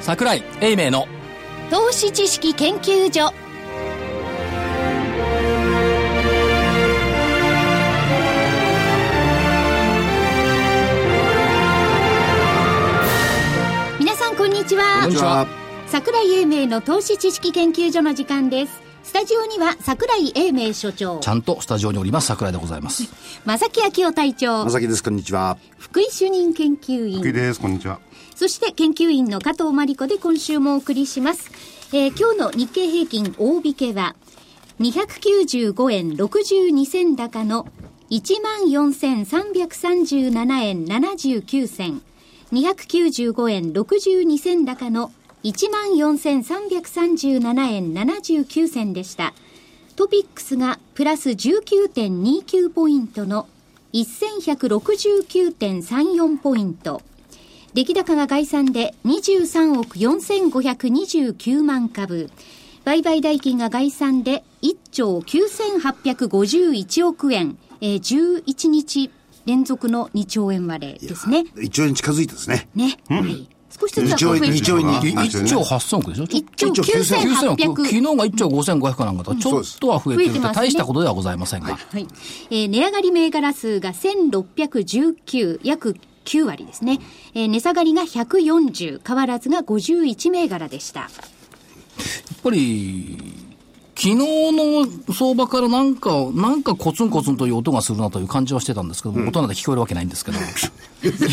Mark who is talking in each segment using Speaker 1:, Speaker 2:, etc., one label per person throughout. Speaker 1: 桜井英明の
Speaker 2: 投資知識研究所皆さんこんにちは
Speaker 1: こんにちは
Speaker 2: 桜井英明の投資知識研究所の時間ですスタジオには桜井英明所長
Speaker 1: ちゃんとスタジオにおります桜井でございます
Speaker 2: 正木昭夫隊長
Speaker 3: まさきです、こんにちは。
Speaker 2: 福井主任研究員
Speaker 4: 福井です。こんにちは。
Speaker 2: そして研究員の加藤真理子で今週もお送りします。えー今日の日経平均大引けは、295円62銭高の14,337円79銭、295円62銭高の14,337円79銭でした。トピックスがプラス19.29ポイントの1169.34ポイント。出来高が概算で23億4529万株。売買代金が概算で1兆9851億円。えー、11日連続の2兆円割れですね。
Speaker 3: 1兆円近づいてですね。
Speaker 2: ね。はい。少しずつ
Speaker 3: 2
Speaker 2: は
Speaker 3: 兆円、
Speaker 2: 増えて
Speaker 3: 2
Speaker 2: きて
Speaker 3: 兆円に。
Speaker 4: い
Speaker 3: 1
Speaker 1: 1兆8000億でしょ
Speaker 2: 1兆
Speaker 1: 9800
Speaker 2: 9800
Speaker 1: 昨日が1兆5500かなんかとちょっとは増えてる
Speaker 2: 増えて
Speaker 1: っ
Speaker 2: ます
Speaker 1: て
Speaker 2: ね
Speaker 1: 大したことではございませんが
Speaker 2: はい。えー値上がり銘柄数が1619、約9割ですね。えー値下がりが140、変わらずが51銘柄でした。
Speaker 1: やっぱり、昨日の相場からなんか、なんかコツンコツンという音がするなという感じはしてたんですけど、音なんて聞こえるわけないんですけど、い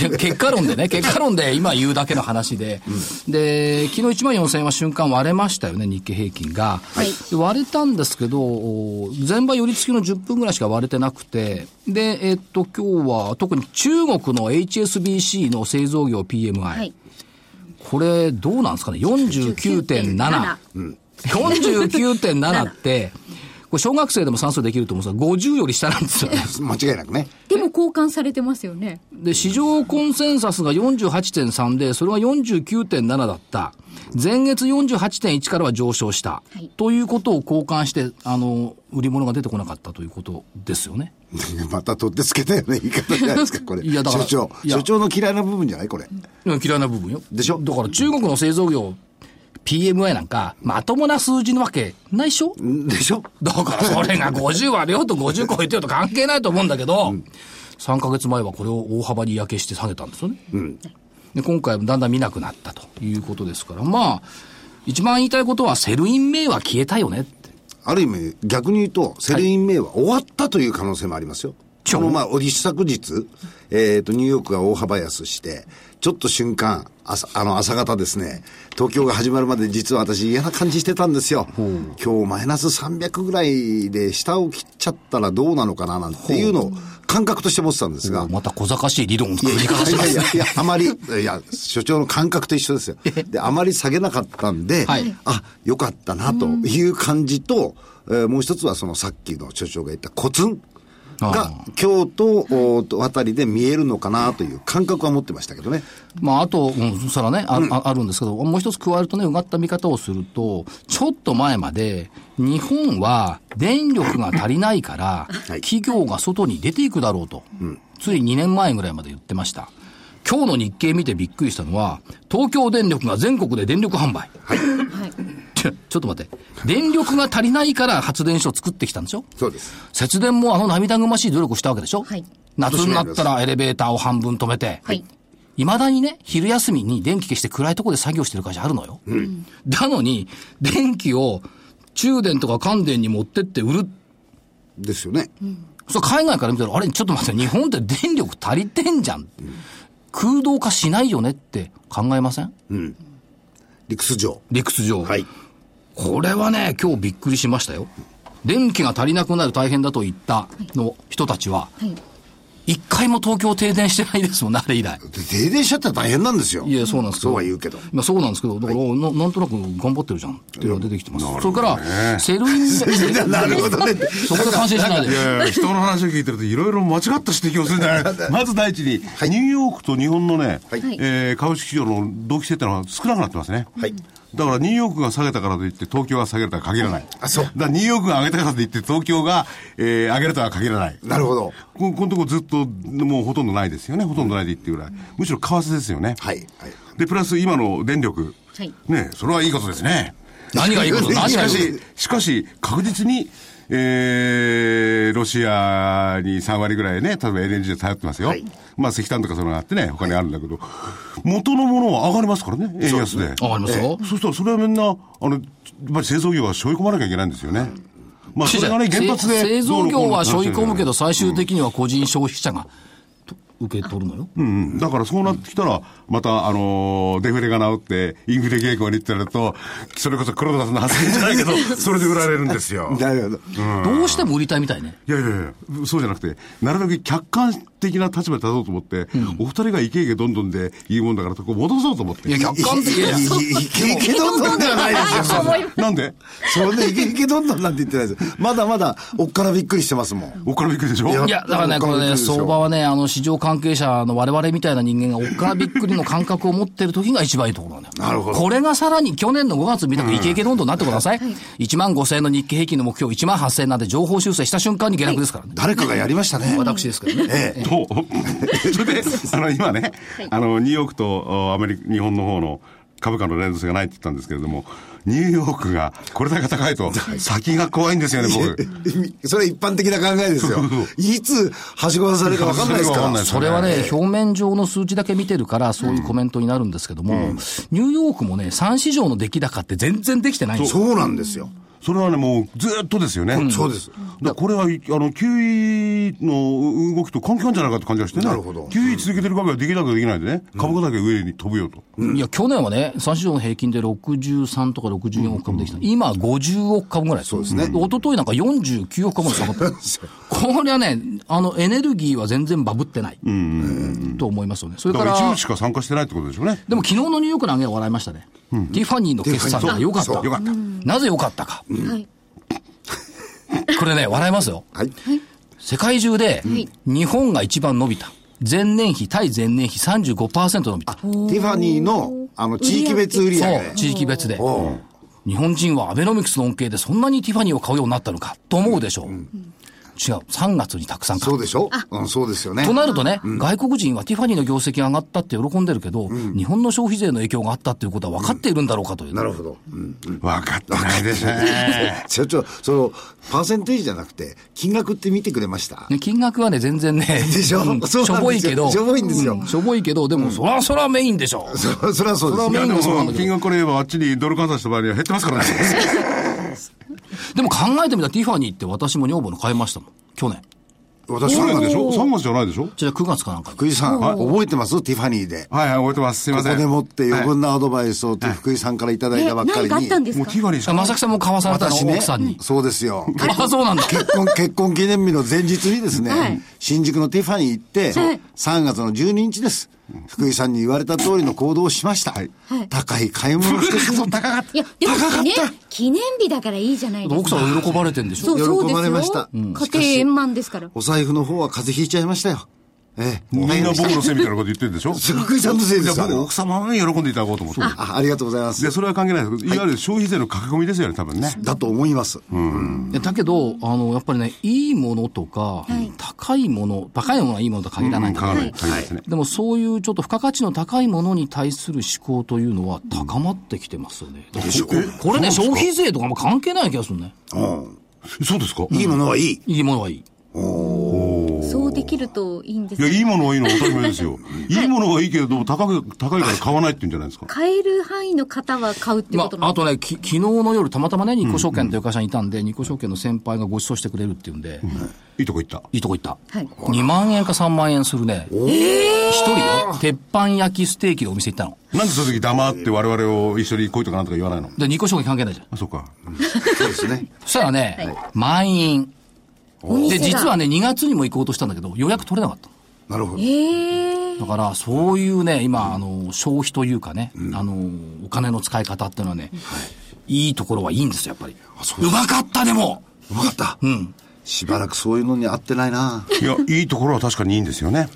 Speaker 1: や結果論で ね、結果論で今言うだけの話で、で、昨日1万4000円は瞬間割れましたよね、日経平均が。
Speaker 2: はい
Speaker 1: で割れたんですけど、お前場寄り付きの10分ぐらいしか割れてなくて、で、えっと、今日は特に中国の HSBC の製造業 PMI、
Speaker 2: はい。
Speaker 1: これどうなんですかね49.7 49.7ってこれ小学生でも算数できると思うんですが50より下なんです よね
Speaker 3: 間違いなくね。
Speaker 2: でも交換されてますよね。
Speaker 1: で市場コンセンサスが48.3でそれが49.7だった前月48.1からは上昇した、
Speaker 2: はい
Speaker 1: ということを交換してあの売り物が出てこなかったということですよね
Speaker 3: また取ってつけたよね、言い方じゃないですか、これ。
Speaker 1: いやだから
Speaker 3: 所長、
Speaker 1: いや
Speaker 3: 所長の嫌いな部分じゃないこれ。
Speaker 1: うん嫌いな部分よ
Speaker 3: でしょ
Speaker 1: だから中国の製造業 PMI なんかまともな数字なわけないでしょ
Speaker 3: でしょ
Speaker 1: だからそれが50割れようと50超えてようと関係ないと思うんだけど、3ヶ月前はこれを大幅に嫌気して下げたんですよね。で今回もだんだん見なくなったということですから、まあ、一番言いたいことはセルイン名は消えたよねって。
Speaker 3: ある意味、逆に言うと、セルイン名は終わったという可能性もありますよ。
Speaker 1: ちょ
Speaker 3: このまあ、おり昨日、えっ、と、ニューヨークが大幅安して、ちょっと瞬間、朝、あの、朝方ですね、東京が始まるまで実は私嫌な感じしてたんですよ。今日マイナス300ぐらいで下を切っちゃったらどうなのかななんていうのを感覚として持ってたんですが、
Speaker 1: また小賢しい理論を
Speaker 3: いや
Speaker 1: 繰り返しま
Speaker 3: い
Speaker 1: す
Speaker 3: や
Speaker 1: ね
Speaker 3: いやいや、あまり、いや、所長の感覚と一緒ですよ。で、あまり下げなかったんで、
Speaker 1: はい
Speaker 3: あ、よかったなという感じと、えーもう一つはそのさっきの所長が言ったコツンが
Speaker 1: あ
Speaker 3: 今日とおとあたりで見えるのかなという感覚は持ってましたけどね。
Speaker 1: まあ、あと、うん、そらねあ、ああるんですけど、もう一つ加えるとね、うがった見方をすると、ちょっと前まで、日本は電力が足りないから、
Speaker 3: い
Speaker 1: 企業が外に出ていくだろうと、つい2年前ぐらいまで言ってました。今日の日経見てびっくりしたのは、東京電力が全国で電力販売。
Speaker 2: はい。
Speaker 1: ちょちょっと待って。電力が足りないから発電所を作ってきたんでしょ
Speaker 3: そうです。
Speaker 1: 節電もあの涙ぐましい努力をしたわけでしょ、
Speaker 2: はい
Speaker 1: 夏になったらエレベーターを半分止めて、
Speaker 2: はい
Speaker 1: 未だにね、昼休みに電気消して暗いところで作業してる会社あるのよ。なのに、電気を中電とか関電に持ってって売る。
Speaker 3: ですよね。
Speaker 1: それ海外から見たら、あれ、ちょっと待って、日本って電力足りてんじゃん。空洞化しないよねって考えません
Speaker 3: 理屈上。
Speaker 1: 理屈上。
Speaker 3: はい。
Speaker 1: これはね、今日びっくりしましたよ。電気が足りなくなる大変だと言ったの人たちは、
Speaker 2: はい。
Speaker 1: 一回も東京停電してないですもんね、あれ以来。
Speaker 3: で停電しちゃったら大変なんですよ。
Speaker 1: いや、そうなんですけど。
Speaker 3: そうは言うけど。
Speaker 1: まあそうなんですけど、だから、ななんとなく頑張ってるじゃんっていうのが出てきてます。それから、セルイ ン
Speaker 3: なるほどね。
Speaker 1: そこで感心しない
Speaker 4: い
Speaker 1: で。
Speaker 4: や いや、人の話を聞いてると、いろいろ間違った指摘をするんじゃない まず第一に、ニューヨークと日本のね、
Speaker 3: はい
Speaker 4: えー株式市場の同期性ってのは少なくなってますね。
Speaker 3: はい。
Speaker 4: だからニューヨークが下げたからといって東京が下げるとは限らない。
Speaker 3: あそう
Speaker 4: だからニューヨークが上げたからといって東京が、えー上げるとは限らない。
Speaker 3: なるほど。
Speaker 4: ここのとこずっともうほとんどないですよね。ほとんどないでいっていうぐらい。むしろ為替ですよね。
Speaker 3: はい。はい。
Speaker 4: で、プラス今の電力。
Speaker 2: はい
Speaker 4: ね、それはいいことですね。
Speaker 1: 何がいいこと何
Speaker 4: し
Speaker 1: がい
Speaker 4: か
Speaker 1: いこと
Speaker 4: し、しかし、確実に、えー、ロシアに3割ぐらいね、例えば LNG で頼ってますよ。
Speaker 3: はい
Speaker 4: まあ石炭とかそういうのがあってね、他にあるんだけど、元のものは上がりますからね、円安で。
Speaker 1: わかりますよ。
Speaker 4: そしたらそれはみんな、あの、やっぱり製造業は背負い込まなきゃいけないんですよね。まあそれがね、
Speaker 1: せ
Speaker 4: 原発で。
Speaker 1: 製造業は背負い込むけ
Speaker 4: どうのこうのって話だよね
Speaker 1: ど、最終的には個人消費者がと受け取るのよ。
Speaker 4: うんだからそうなってきたら、また、あのーデフレが治って、インフレ傾向に行ってなると、それこそ黒田さんの発言じゃないけ ど、それで売られるんですよ。
Speaker 3: なるほど。
Speaker 1: どうしても売りたいみたいね。
Speaker 4: いやいやいや、そうじゃなくて、なるべく客観的な立場に立とうと思って、お二人がイケイケどんどんでいいもんだから、こう戻そうと思って。
Speaker 1: いや、客観的 だよ。
Speaker 3: いいけいけどんどんではないですよ。
Speaker 4: なんで
Speaker 3: そんないけいけどんどんなんて言ってないですよ。まだまだ、おっからびっくりしてますもん。
Speaker 4: おっからびっくりでしょ
Speaker 3: いや
Speaker 4: い
Speaker 1: い
Speaker 4: や
Speaker 1: や、だからね、これね、相場はね、あの、市場関係者の我々みたいな人間が、おっからびっくりの感覚を持ってる時が一番いいところなんだよ。
Speaker 3: なるほど
Speaker 1: これがさらに去年の5月みたくイケイケどんどんなってください。1万5000円の日経平均の目標、1万8000円なんて情報修正した瞬間に下落ですからね。
Speaker 3: 誰かがやりましたね。
Speaker 1: 私ですけどね。
Speaker 3: ええ。
Speaker 4: と、 それで、あの、今ね、あの、ニューヨークとおアメリカ、日本の方の株価の連動性がないって言ったんですけれども、ニューヨークがこれだけ高いと、先が怖いんですよね、僕。
Speaker 3: それ一般的な考えですよ。いつ、はしごされるか分かんないですから。
Speaker 1: それはね、表面上の数字だけ見てるから、そういうコメントになるんですけども、ニューヨークもね、3市場の出来高って全然できてないんですよ。
Speaker 3: そうなんですよ。
Speaker 4: それはね、もうずっとですよね。
Speaker 3: そうです。
Speaker 4: だこれは、いあの、QE の動きと関係あるんじゃないかって感じがしてね。
Speaker 3: なるほど
Speaker 4: QE 続けてる株はできなきゃできないでね、株価だけ上に飛ぶよと。
Speaker 1: いや、去年はね、3市場の平均で63とか64億株できた。今、50億株ぐらい。そうですね。一昨日なんか49億株まで下が った。これはね、あの、エネルギーは全然バブってない。と思いますよね。それ
Speaker 4: だ
Speaker 1: か
Speaker 4: から
Speaker 1: ら、
Speaker 4: 一部しか参加してないってことでしょうね。
Speaker 1: でも昨日のニューヨークの上げは笑いましたね。ティファニーの決算が良かった。
Speaker 4: よかった。
Speaker 1: なぜ良かったか。
Speaker 2: はい
Speaker 1: これね、笑いますよ。
Speaker 3: はい。
Speaker 1: 世界中で
Speaker 2: い、
Speaker 1: 日本が一番伸びた。前年比、対前年比35%伸びた。
Speaker 3: ティファニーの、あの、地域別売り上
Speaker 1: そう、
Speaker 3: げ。
Speaker 1: 地域別で。
Speaker 3: おう
Speaker 1: 日本人はアベノミクスの恩恵でそんなにティファニーを買うようになったのかと思うでしょう。違う。3月にたくさん買。
Speaker 3: そううでしょうん、そうですよね
Speaker 1: と。なるとね、外国人はティファニーの業績が上がったって喜んでるけど、日本の消費税の影響があったっていうことは分かっているんだろうかという。
Speaker 3: なるほど。うん。
Speaker 4: 分かってないですね。
Speaker 3: ちょ、ちょ、その、パーセンテージじゃなくて、金額って見てくれました
Speaker 1: ね、金額はね、全然ね、
Speaker 3: でしょ
Speaker 1: うん
Speaker 3: そうなんですよ
Speaker 1: しょぼいけど、
Speaker 3: しょぼいんですよ
Speaker 1: うしょぼいけど、でも、そらそらメインでしょ。
Speaker 3: そ、それは そ
Speaker 1: そ
Speaker 3: うですよ。
Speaker 1: れはメイン
Speaker 4: で
Speaker 1: がそうなん
Speaker 4: も、
Speaker 1: だけ
Speaker 4: 金
Speaker 1: ど。
Speaker 4: 額これ言えばあっちにドル換算した場合には減ってますからね。
Speaker 1: でも考えてみたらティファニーって私も女房の買いましたもん。去年。
Speaker 3: 私
Speaker 4: 去
Speaker 3: なん
Speaker 4: 年
Speaker 3: で
Speaker 4: で
Speaker 3: し
Speaker 4: し
Speaker 3: ょ
Speaker 4: ょ ?3 月じゃないでしょ
Speaker 1: じゃあ9月かなんかに。
Speaker 3: 福井さん、覚えてますティファニーで。
Speaker 4: はいはい、覚えてます。すい
Speaker 3: こ
Speaker 4: ません。
Speaker 3: こでもって余
Speaker 4: はい
Speaker 3: 分なアドバイスをって福井さんからいただいたばっか
Speaker 2: 何
Speaker 3: り
Speaker 2: かあっ
Speaker 3: に
Speaker 2: たん。です
Speaker 4: もう
Speaker 2: か
Speaker 4: ティファニーしか。
Speaker 1: 正木さんも買わされたの、
Speaker 3: 私ね
Speaker 1: 奥さん に、。
Speaker 3: そうですよ。
Speaker 1: ああ、そう なんだ。
Speaker 3: 結婚、結婚記念日の前日にですね、
Speaker 2: はい
Speaker 3: 新宿のティファニー行って、
Speaker 2: はい
Speaker 3: 3月の12日です。福井さんに言われた通りの行動をしました。高い買い物をしてしまった
Speaker 4: 高かった。
Speaker 2: いやでも記念記念日だからいいじゃないです
Speaker 1: 奥
Speaker 2: か
Speaker 1: さんは喜ばれてんでしょ。
Speaker 2: そうそうです
Speaker 3: 喜ばれまし
Speaker 2: よ
Speaker 3: た
Speaker 2: 家庭円満ですから
Speaker 3: お財布の方は風邪ひいちゃいましたよ。ええ。
Speaker 4: みんな
Speaker 3: 大変でし
Speaker 4: 僕のせいみたいなこと言ってるでし ょ
Speaker 3: た福井さんのせい
Speaker 4: い
Speaker 3: で
Speaker 4: や
Speaker 3: すあれ
Speaker 4: 僕、
Speaker 3: は
Speaker 4: 奥様に喜んでいただこうと思って。
Speaker 3: あありがとうございます
Speaker 4: で、。それは関係ないですけど、いわゆる消費税の駆け込みですよね、多分ね。
Speaker 3: だと思います。
Speaker 1: いやだけど、あの、やっぱりね、いいものとか、高いもの、高いものはいいものとは限らない
Speaker 4: か
Speaker 1: から、
Speaker 4: かない。限りですね。
Speaker 1: でもそういうちょっと付加価値の高いものに対する思考というのは高まってきてますよね。だからここれね、消費税とかも関係ない気がするね。
Speaker 3: うん。
Speaker 4: そうですか
Speaker 3: いいものはいい。
Speaker 1: いいものはいい。
Speaker 2: そうできるといいんです
Speaker 4: いや、
Speaker 2: けど
Speaker 4: いいものはいいのは当たり前ですよ。いいものはいいけれども、高く、高いから買わないって言うんじゃないですか。
Speaker 2: 買える範囲の方は買うってこ
Speaker 1: ま
Speaker 2: と
Speaker 1: あ、
Speaker 2: なん
Speaker 1: あ
Speaker 2: で
Speaker 1: とね、き昨日の夜、たまたまね、ニコ証券という会社にいたんで、ニコ証券の先輩がご馳走してくれるっていうんで、
Speaker 4: いいとこ行った。
Speaker 1: いいとこ行った。
Speaker 2: はい
Speaker 1: 2万円か3万円するね、一人よ、鉄板焼きステーキのお店行ったの。
Speaker 4: なんでその時黙って我々を一緒に来いとかなんとか言わないの
Speaker 1: で、ニコ証券関係ないじゃん。
Speaker 4: あ、そっか。
Speaker 3: そうですね。
Speaker 1: そしたらね、満員。
Speaker 2: お
Speaker 1: で、
Speaker 2: 店が
Speaker 1: 実はね、2月にも行こうとしたんだけど、予約取れなかった。
Speaker 3: なるほど。
Speaker 2: ええ
Speaker 1: だから、そういうね、今、あの、消費というかね、あの、お金の使い方っていうのはね、いいところはいいんですよ、やっぱり。うまかった、でも
Speaker 3: わかった。うん。しばらくそういうのに合ってない な。
Speaker 4: いや、いいところは確かにいいんですよね。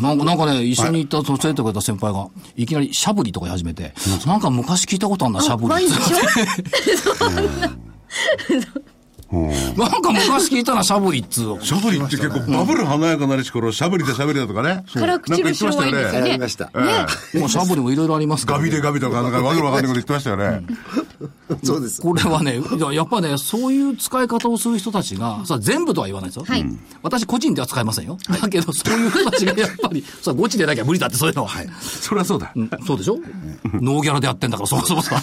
Speaker 1: なんかなんかね、一緒に行った、連れてくれた先輩が、いきなりしゃぶりとか言い始めて、なんか昔聞い たことあんな、しゃぶ
Speaker 2: ワイ
Speaker 1: り
Speaker 2: ンで。しょ
Speaker 1: なんか昔聞いたらしゃぶりっつうの
Speaker 4: シャブリって結構バブル華やかなりし頃、シャブリでシャブリだとかね。
Speaker 2: 辛口の昭和いいですよ
Speaker 3: や
Speaker 2: ね。
Speaker 3: りました。
Speaker 4: ええ
Speaker 1: もうしゃぶりもいろいろありますか
Speaker 4: ガ
Speaker 1: ら、
Speaker 4: ビでガビとか、なんかわけのわかんないこと言ってましたよね。
Speaker 3: そうです。
Speaker 1: これはね、いややっぱね、そういう使い方をする人たちが、さ全部とは言わないですよ。
Speaker 2: はい
Speaker 1: うん私個人では使えませんよ。だけど、そういう人たちがやっぱり、さゴチでなきゃ無理だって、そういうのは。
Speaker 4: それはそうだ。
Speaker 1: うんそうでしょ、ノーギャラでやってんだから、そもそもさ。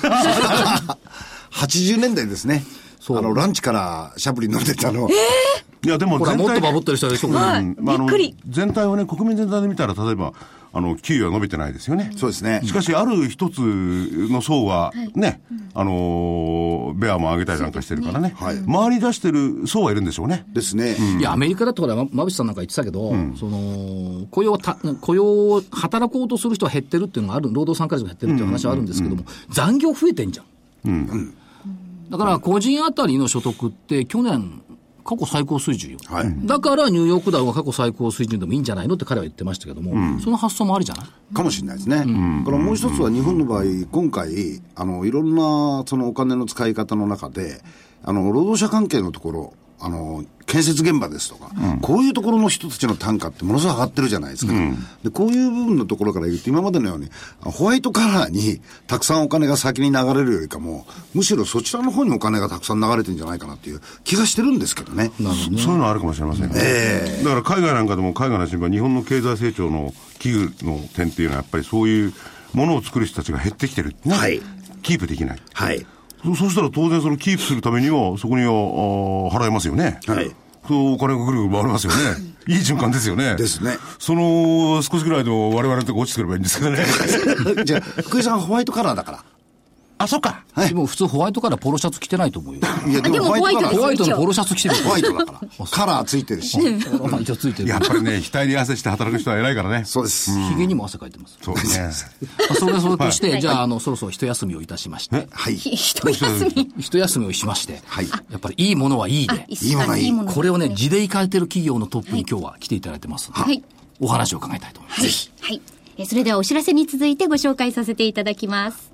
Speaker 3: 80年代ですね。
Speaker 1: そう
Speaker 3: あの、ランチからシャブリ飲んでたの。
Speaker 4: いや、でも
Speaker 1: ほら、
Speaker 4: 全
Speaker 1: もっと
Speaker 4: 体
Speaker 1: バブってる人でしょ、これ
Speaker 4: う
Speaker 5: はい
Speaker 4: んまああの
Speaker 5: びっくり
Speaker 4: 全体をね、国民全体で見たら、例えば、あの、給与は伸びてないですよね。
Speaker 3: そうですね。
Speaker 4: しかし、ある一つの層は、ね、あのー、ベアも上げたりなんかしてるからね、回り出してる層はいるんでしょうね。
Speaker 3: ですね。
Speaker 1: いや、アメリカだとほら、ま馬渕さんなんか言ってたけど、その、雇用はた、雇用を働こうとする人は減ってるっていうのがある、労働参加率が減ってるっていう話はあるんですけども、残業増えてんじゃん。だから、個人あたりの所得って、去年、過去最高水準よ。
Speaker 3: はい。
Speaker 1: だからニューヨークダウが過去最高水準でもいいんじゃないのって彼は言ってましたけども、その発想もありじゃない
Speaker 3: かもしれないですね。これもう一つは日本の場合、今回、あの、いろんな、そのお金の使い方の中で、あの、労働者関係のところ、あの、建設現場ですとか、こういうところの人たちの単価ってものすごい上がってるじゃないですか。で、こういう部分のところから言うと、今までのように、ホワイトカラーにたくさんお金が先に流れるよりかも、むしろそちらの方にお金がたくさん流れてるんじゃないかなっていう気がしてるんですけどね。
Speaker 4: そういうのはあるかもしれませんね。だから海外なんかでも海外の新聞は日本の経済成長の危惧の点っていうのはやっぱりそういうものを作る人たちが減ってきてる。
Speaker 3: はい
Speaker 4: キープできない。
Speaker 3: はい。
Speaker 4: そそしたら当然そのキープするためにはそこにはあー払いますよね。
Speaker 3: はい。
Speaker 4: そうお金がぐるぐる回りますよね。いい循環ですよね。
Speaker 3: ですね
Speaker 4: その少しぐらいの我々のとこ落ちてくればいいんですけどね。
Speaker 3: じゃあ、福井さんホワイトカラーだから。
Speaker 4: あ、そっか。
Speaker 3: はい
Speaker 1: でも普通ホワイトからポロシャツ着てないと思うよ。
Speaker 3: いや、
Speaker 2: あでも
Speaker 3: カラー
Speaker 1: ホワイトのポロシャツ着て る
Speaker 3: ホワイトだから。カラーついてるし。
Speaker 1: よ。まあ一応ついてる
Speaker 4: や。っぱりね、額に汗して働く人は偉いからね。
Speaker 3: そうです。
Speaker 1: ひげにも汗かいてます。
Speaker 4: そうですね。
Speaker 1: まあそれはそれとして、じゃあ、あの、そろそろ一休みをいたしまして、
Speaker 3: はい。
Speaker 2: 一休み。
Speaker 1: 一休みをしまして、
Speaker 3: はい
Speaker 1: やっぱりいいものはいいで、
Speaker 3: いいもの
Speaker 2: あ
Speaker 3: いい
Speaker 1: これをね、地でいかれてる企業のトップに今日は来ていただいてますので、
Speaker 2: はい。
Speaker 1: お話を伺いたいと思います。
Speaker 2: ぜひ。はい。えーそれではお知らせに続いてご紹介させていただきます。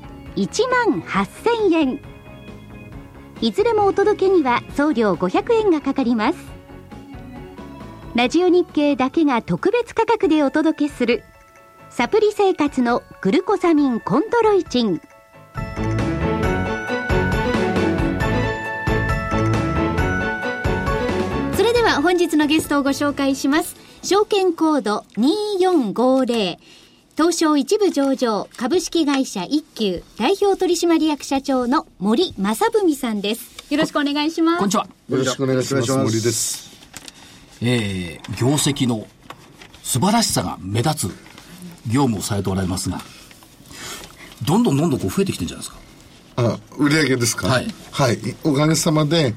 Speaker 2: 1万8000円いずれもお届けには送料500円がかかりますラジオ日経だけが特別価格でお届けするサプリ生活のグルコサミンコンドロイチンそれでは本日のゲストをご紹介します証券コード2450東証一部上場株式会社一級代表取締役社長の森正文さんですよろしくお願いしま
Speaker 1: こん
Speaker 2: す
Speaker 1: にちは。
Speaker 6: よろしくお願いします。
Speaker 3: お願いします
Speaker 6: 森です。
Speaker 1: えー業績の素晴らしさが目立つ業務をされておられますが、どんどんどんどんこう増えてきてるんじゃないですか。
Speaker 6: あ、売上ですか
Speaker 1: はい。
Speaker 6: はい。おかげさまで、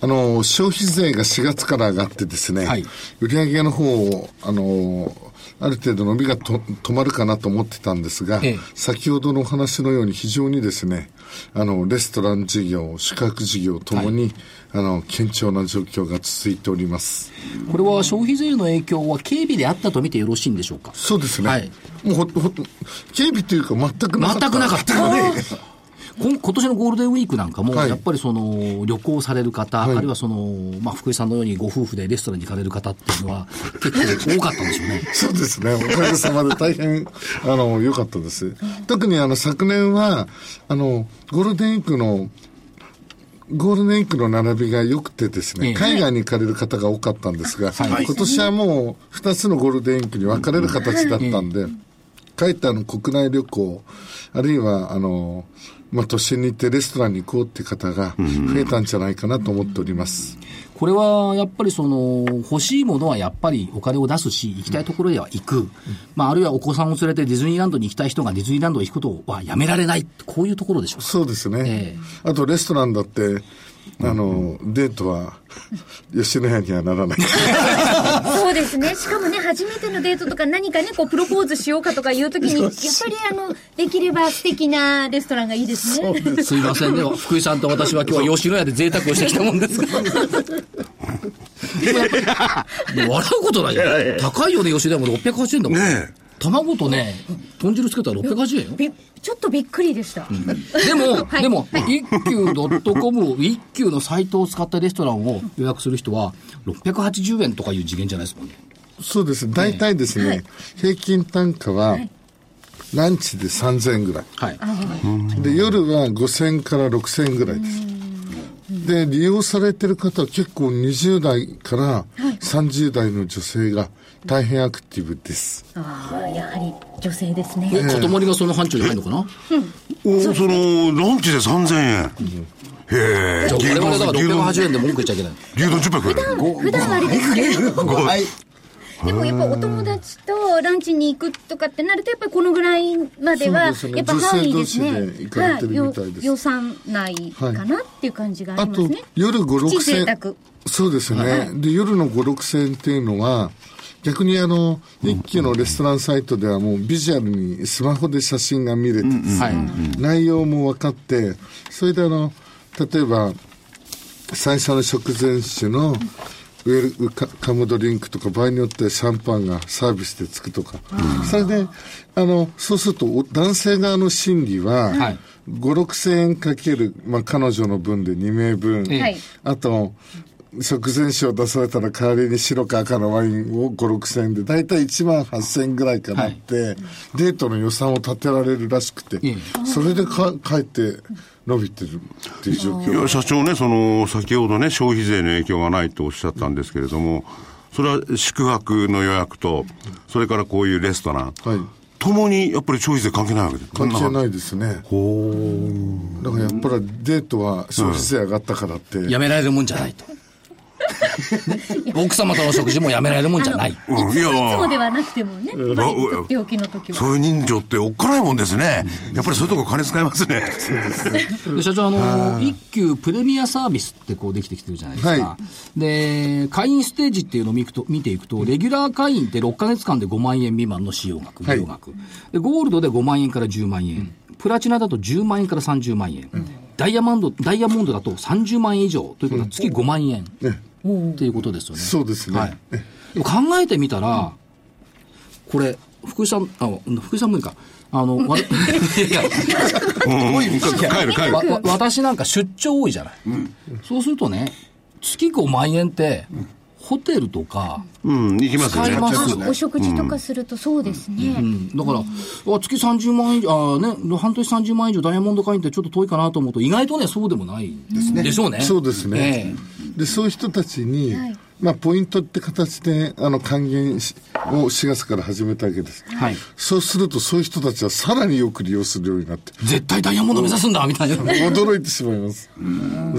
Speaker 6: あの、消費税が4月から上がってですね、
Speaker 1: はい
Speaker 6: 売上の方を、あの、ある程度伸びがと止まるかなと思ってたんですが、
Speaker 1: ええ
Speaker 6: 先ほどのお話のように非常にですね、あの、レストラン事業、宿泊事業ともに、あの、堅調な状況が続いております。
Speaker 1: これは消費税の影響は軽微であったと見てよろしいんでしょうか。
Speaker 6: そうですね。
Speaker 1: はい
Speaker 6: もうほ、ほ、警備というか全くなかった。
Speaker 1: 全くなかった。こん今年のゴールデンウィークなんかも、
Speaker 6: はい
Speaker 1: やっぱりその旅行される方、
Speaker 6: はい
Speaker 1: あるいはその、まあ、福井さんのようにご夫婦でレストランに行かれる方っていうのは、 結構多かったんでしょうね。
Speaker 6: そうですね。おかげさまで大変、あの、良かったです。特にあの、昨年は、あの、ゴールデンウィークの、ゴールデンウィークの並びが良くてです
Speaker 1: え
Speaker 6: ね、
Speaker 1: え
Speaker 6: 海外に行かれる方が多かったんですが、今年はもう2つのゴールデンウィークに分かれる形だったんで、帰ってあの国内旅行、あるいはあの、まあ、都心に行ってレストランに行こうって方が増えたんじゃないかなと思っております。
Speaker 1: これはやっぱりその欲しいものはやっぱりお金を出すし、行きたいところへは行く、まあ、あるいはお子さんを連れてディズニーランドに行きたい人がディズニーランドへ行くことはやめられない、こういうところでしょうか。
Speaker 6: そうですね。
Speaker 1: え
Speaker 6: あとレストランだって、あの、デー トは、吉野家にはならない。
Speaker 2: そうですね。しかもね、初めてのデートとか何かね、こう、プロポーズしようかとかいうときに、やっぱりあの、できれば素敵なレストランがいいですね。
Speaker 1: すいませんね、福井さんと私は今日は吉野家で贅沢をしてきたもん ですから。でもやっぱりもう笑うことないよ。高いよね、吉野家も680円だもん。
Speaker 7: ねえ
Speaker 1: 卵とね、豚汁つけたら680円よ。
Speaker 2: びちょっとびっくりでした。
Speaker 1: で も、
Speaker 2: はい
Speaker 1: でも、一休 .com を、一休のサイトを使ったレストランを予約する人は、680円とかいう次元じゃないですもんね。
Speaker 6: そうです。大体ですね、平均単価は、ランチで3000円ぐらい。
Speaker 1: はい。
Speaker 6: で、夜は5000円から6000円ぐらいです。で、利用されてる方は結構20代から30代の女性が大変アクティブです。
Speaker 2: ああ、やはり女性です
Speaker 1: お、
Speaker 2: ね。
Speaker 1: 塊がその範疇に入るのかな
Speaker 7: おそのランチで3000円、へえ
Speaker 1: じゃあ、
Speaker 7: 牛
Speaker 1: 我々だから
Speaker 7: 丼牛丼
Speaker 1: 680円で文句言っちゃいけない。
Speaker 7: 牛丼10杯食える
Speaker 2: 普段はあれですけど、
Speaker 3: はい。
Speaker 2: でもやっぱお友達とランチに行くとかってなると、やっぱりこのぐらいまでは、やっ
Speaker 6: そうですね
Speaker 2: ぱ範囲ですね。
Speaker 6: 女性同士で行かれてるみたいです
Speaker 2: はいよ予算内かなっていう感じがあ
Speaker 6: あ
Speaker 2: ります
Speaker 6: と
Speaker 2: ね。、
Speaker 6: 夜5、
Speaker 2: プチ贅
Speaker 6: 6
Speaker 2: 沢
Speaker 6: 千そうですね。で、夜の5、6千っていうのは、逆にあの、一休のレストランサイトではもうビジュアルにスマホで写真が見れて、
Speaker 1: はい。
Speaker 6: 内容も分かって、それであの、例えば、最初の食前酒のウェルカカムドリンクとか場合によってシャンパンがサービスでつくとか、それであのそうするとお男性側の心理は、
Speaker 1: はい
Speaker 6: 5 6千円かける、まあ、彼女の分で2名分、
Speaker 1: え
Speaker 2: はい
Speaker 6: あと食前酒を出されたら代わりに白か赤のワインを5 6千円で大体1万8千円ぐらいかなって、デートの予算を立てられるらしくて、
Speaker 1: え
Speaker 6: それでか帰って伸びてるっていう状況
Speaker 7: いや社長ね、その先ほどね、消費税の影響がないとおっしゃったんですけれども、それは宿泊の予約と、それからこういうレストラン、
Speaker 6: はい
Speaker 7: ともにやっぱり消費税関係ないわけです
Speaker 6: 関係
Speaker 7: い。
Speaker 6: ないですね。だからやっぱりデートは消費税上がったからって。
Speaker 1: やめられるもんじゃないと。ね奥様との食事もやめられるもんじゃない。
Speaker 7: うん、いや
Speaker 2: そうではなくてもね、まあ、
Speaker 7: うん
Speaker 2: 病気の時は。
Speaker 7: そういう人情っておっかないもんですね。やっぱりそういうとこ金使いますね。
Speaker 1: で社長、あの、一級プレミアサービスってこうできてきてるじゃないですか。
Speaker 6: は
Speaker 1: で、会員ステージっていうのを見くと見ていくと、レギュラー会員って6ヶ月間で5万円未満の使用額、利
Speaker 6: はい
Speaker 1: 用額。で、ゴールドで5万円から10万円。プラチナだと10万円から30万円。ダイヤモンド、ダイヤモンドだと30万円以上ということは月5万円っていうことですよね。
Speaker 6: そうですね
Speaker 1: はいでも考えてみたら、これ、福井さん、あ、福井さんもいいか。あの、わ いやいや
Speaker 7: うん、帰る帰る
Speaker 1: わ。わ私なんか出張多いじゃない、そうするとね月5万円って、ホテルとか、
Speaker 7: うん、行きますよ
Speaker 1: 使い
Speaker 7: ね。
Speaker 1: ますよ
Speaker 2: お食事とかするとそうですね。
Speaker 1: うんだから、あ月30万円以上、あーね、半年30万円以上ダイヤモンド会員ってちょっと遠いかなと思うと、意外とね、そうでもないですね。でしょうね。
Speaker 6: そうですね、
Speaker 1: ええ
Speaker 6: でそういう人たちに、
Speaker 2: はい
Speaker 6: まあ、ポイントって形であの還元しを4月から始めたわけです、
Speaker 1: はい
Speaker 6: そうするとそういう人たちはさらによく利用するようになって
Speaker 1: 絶対ダイヤモンド目指すんだ、みたいな。
Speaker 6: 驚いてしまいます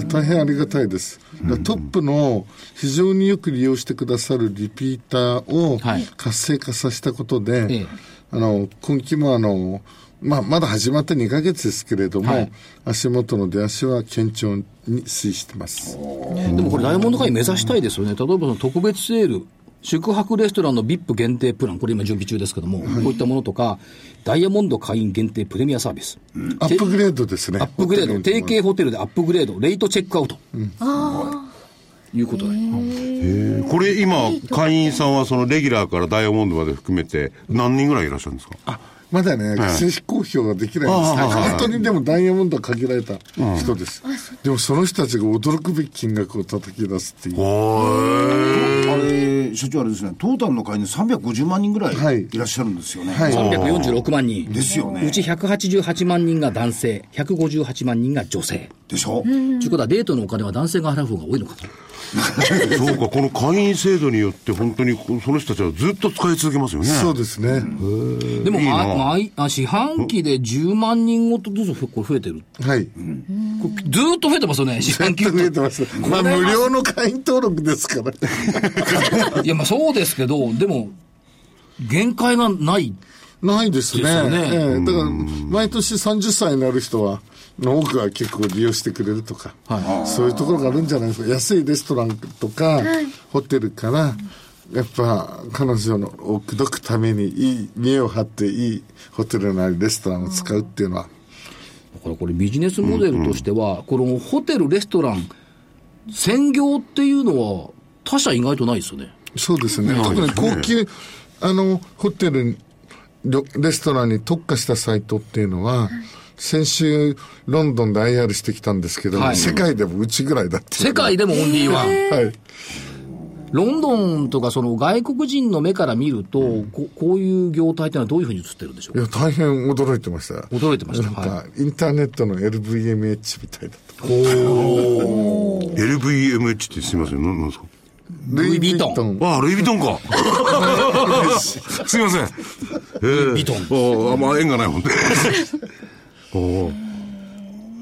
Speaker 6: 大変ありがたいですだからトップの非常によく利用してくださるリピーターを
Speaker 1: はい
Speaker 6: 活性化させたことで、
Speaker 1: ええ
Speaker 6: あの今期もあの、まあ、まだ始まって2ヶ月ですけれども、
Speaker 1: はい
Speaker 6: 足元の出足は堅調に推移してます
Speaker 1: でもこれ、ダイヤモンド会員目指したいですよね、例えばその特別セール、宿泊レストランの VIP 限定プラン、これ今、準備中ですけども、こういったものとか、ダイヤモンド会員限定プレミアサービス、
Speaker 6: アップグレードですね
Speaker 1: アップグレード、
Speaker 6: 本当
Speaker 1: 提
Speaker 6: に
Speaker 1: 携ホテルでアップグレード、レイトチェックアウト。いうことで。
Speaker 7: これ今、会員さんはそのレギュラーからダイヤモンドまで含めて何人ぐらいいらっしゃるんですか
Speaker 6: まだね、正式公表ができないんです、本当にでもダイヤモンドは限られた人です、でもその人たちが驚くべき金額を叩き出すっていう、
Speaker 3: あれ、所長あれですね、トータルの会員で350万人ぐら
Speaker 6: はい
Speaker 3: いいらっしゃるんですよね。
Speaker 6: はい、
Speaker 1: 346万人。
Speaker 3: ですよね
Speaker 1: うち188万人が男性、158万人が女性。
Speaker 3: でしょ
Speaker 1: ということは、デートのお金は男性が払う方が多いのかと。
Speaker 7: そうか、この会員制度によって、本当にこその人たちはずっと使い続けますよね。
Speaker 6: そうですね、
Speaker 1: でも、
Speaker 7: いいな
Speaker 1: ま毎あ四半期で10万人ごとずつこれ増えてる。
Speaker 6: はい、
Speaker 1: これずーっと増えてますよね、四半期
Speaker 6: 全く増えてます、まあ、無料の会員登録ですから、
Speaker 1: いや、まあそうですけど、でも、限界がない。
Speaker 6: ないですね
Speaker 1: ですよね
Speaker 6: ええだから、毎年30歳になる人は、の多くは結構利用してくれるとか、そういうところがあるんじゃないですか、安いレストランとか、ホテルから、やっぱ彼女のを口説くためにいい、見栄を張っていいホテルなりレストランを使うっていうのは、
Speaker 1: だからこれビジネスモデルとしては、このホテル、レストラン、専業っていうのは、他社意外とないですよね。
Speaker 6: そうですね、特に高級、あのホテル旅レストランに特化したサイトっていうのは、先週、ロンドンで IR してきたんですけど、
Speaker 1: はい
Speaker 6: 世界でもうちぐらいだっていう
Speaker 1: 世界でもオンリーワン。
Speaker 6: はい、
Speaker 1: ロンドンとかその外国人の目から見ると、ここういう業態ってのはどういうふうに映ってるんでしょう
Speaker 6: い
Speaker 1: か
Speaker 6: や、大変驚いてましたよ。
Speaker 1: 驚いてました
Speaker 6: なんか、
Speaker 1: は
Speaker 6: インターネットの LVMH みたいだと。
Speaker 7: LVMH ってすみません、ななんですか
Speaker 1: ルイ・ヴィトン
Speaker 6: ン。
Speaker 7: ああ、ルイ・ヴィトンか。 すみません。ル
Speaker 1: イヴィト
Speaker 7: ン。ああ、まあ縁がないもんね。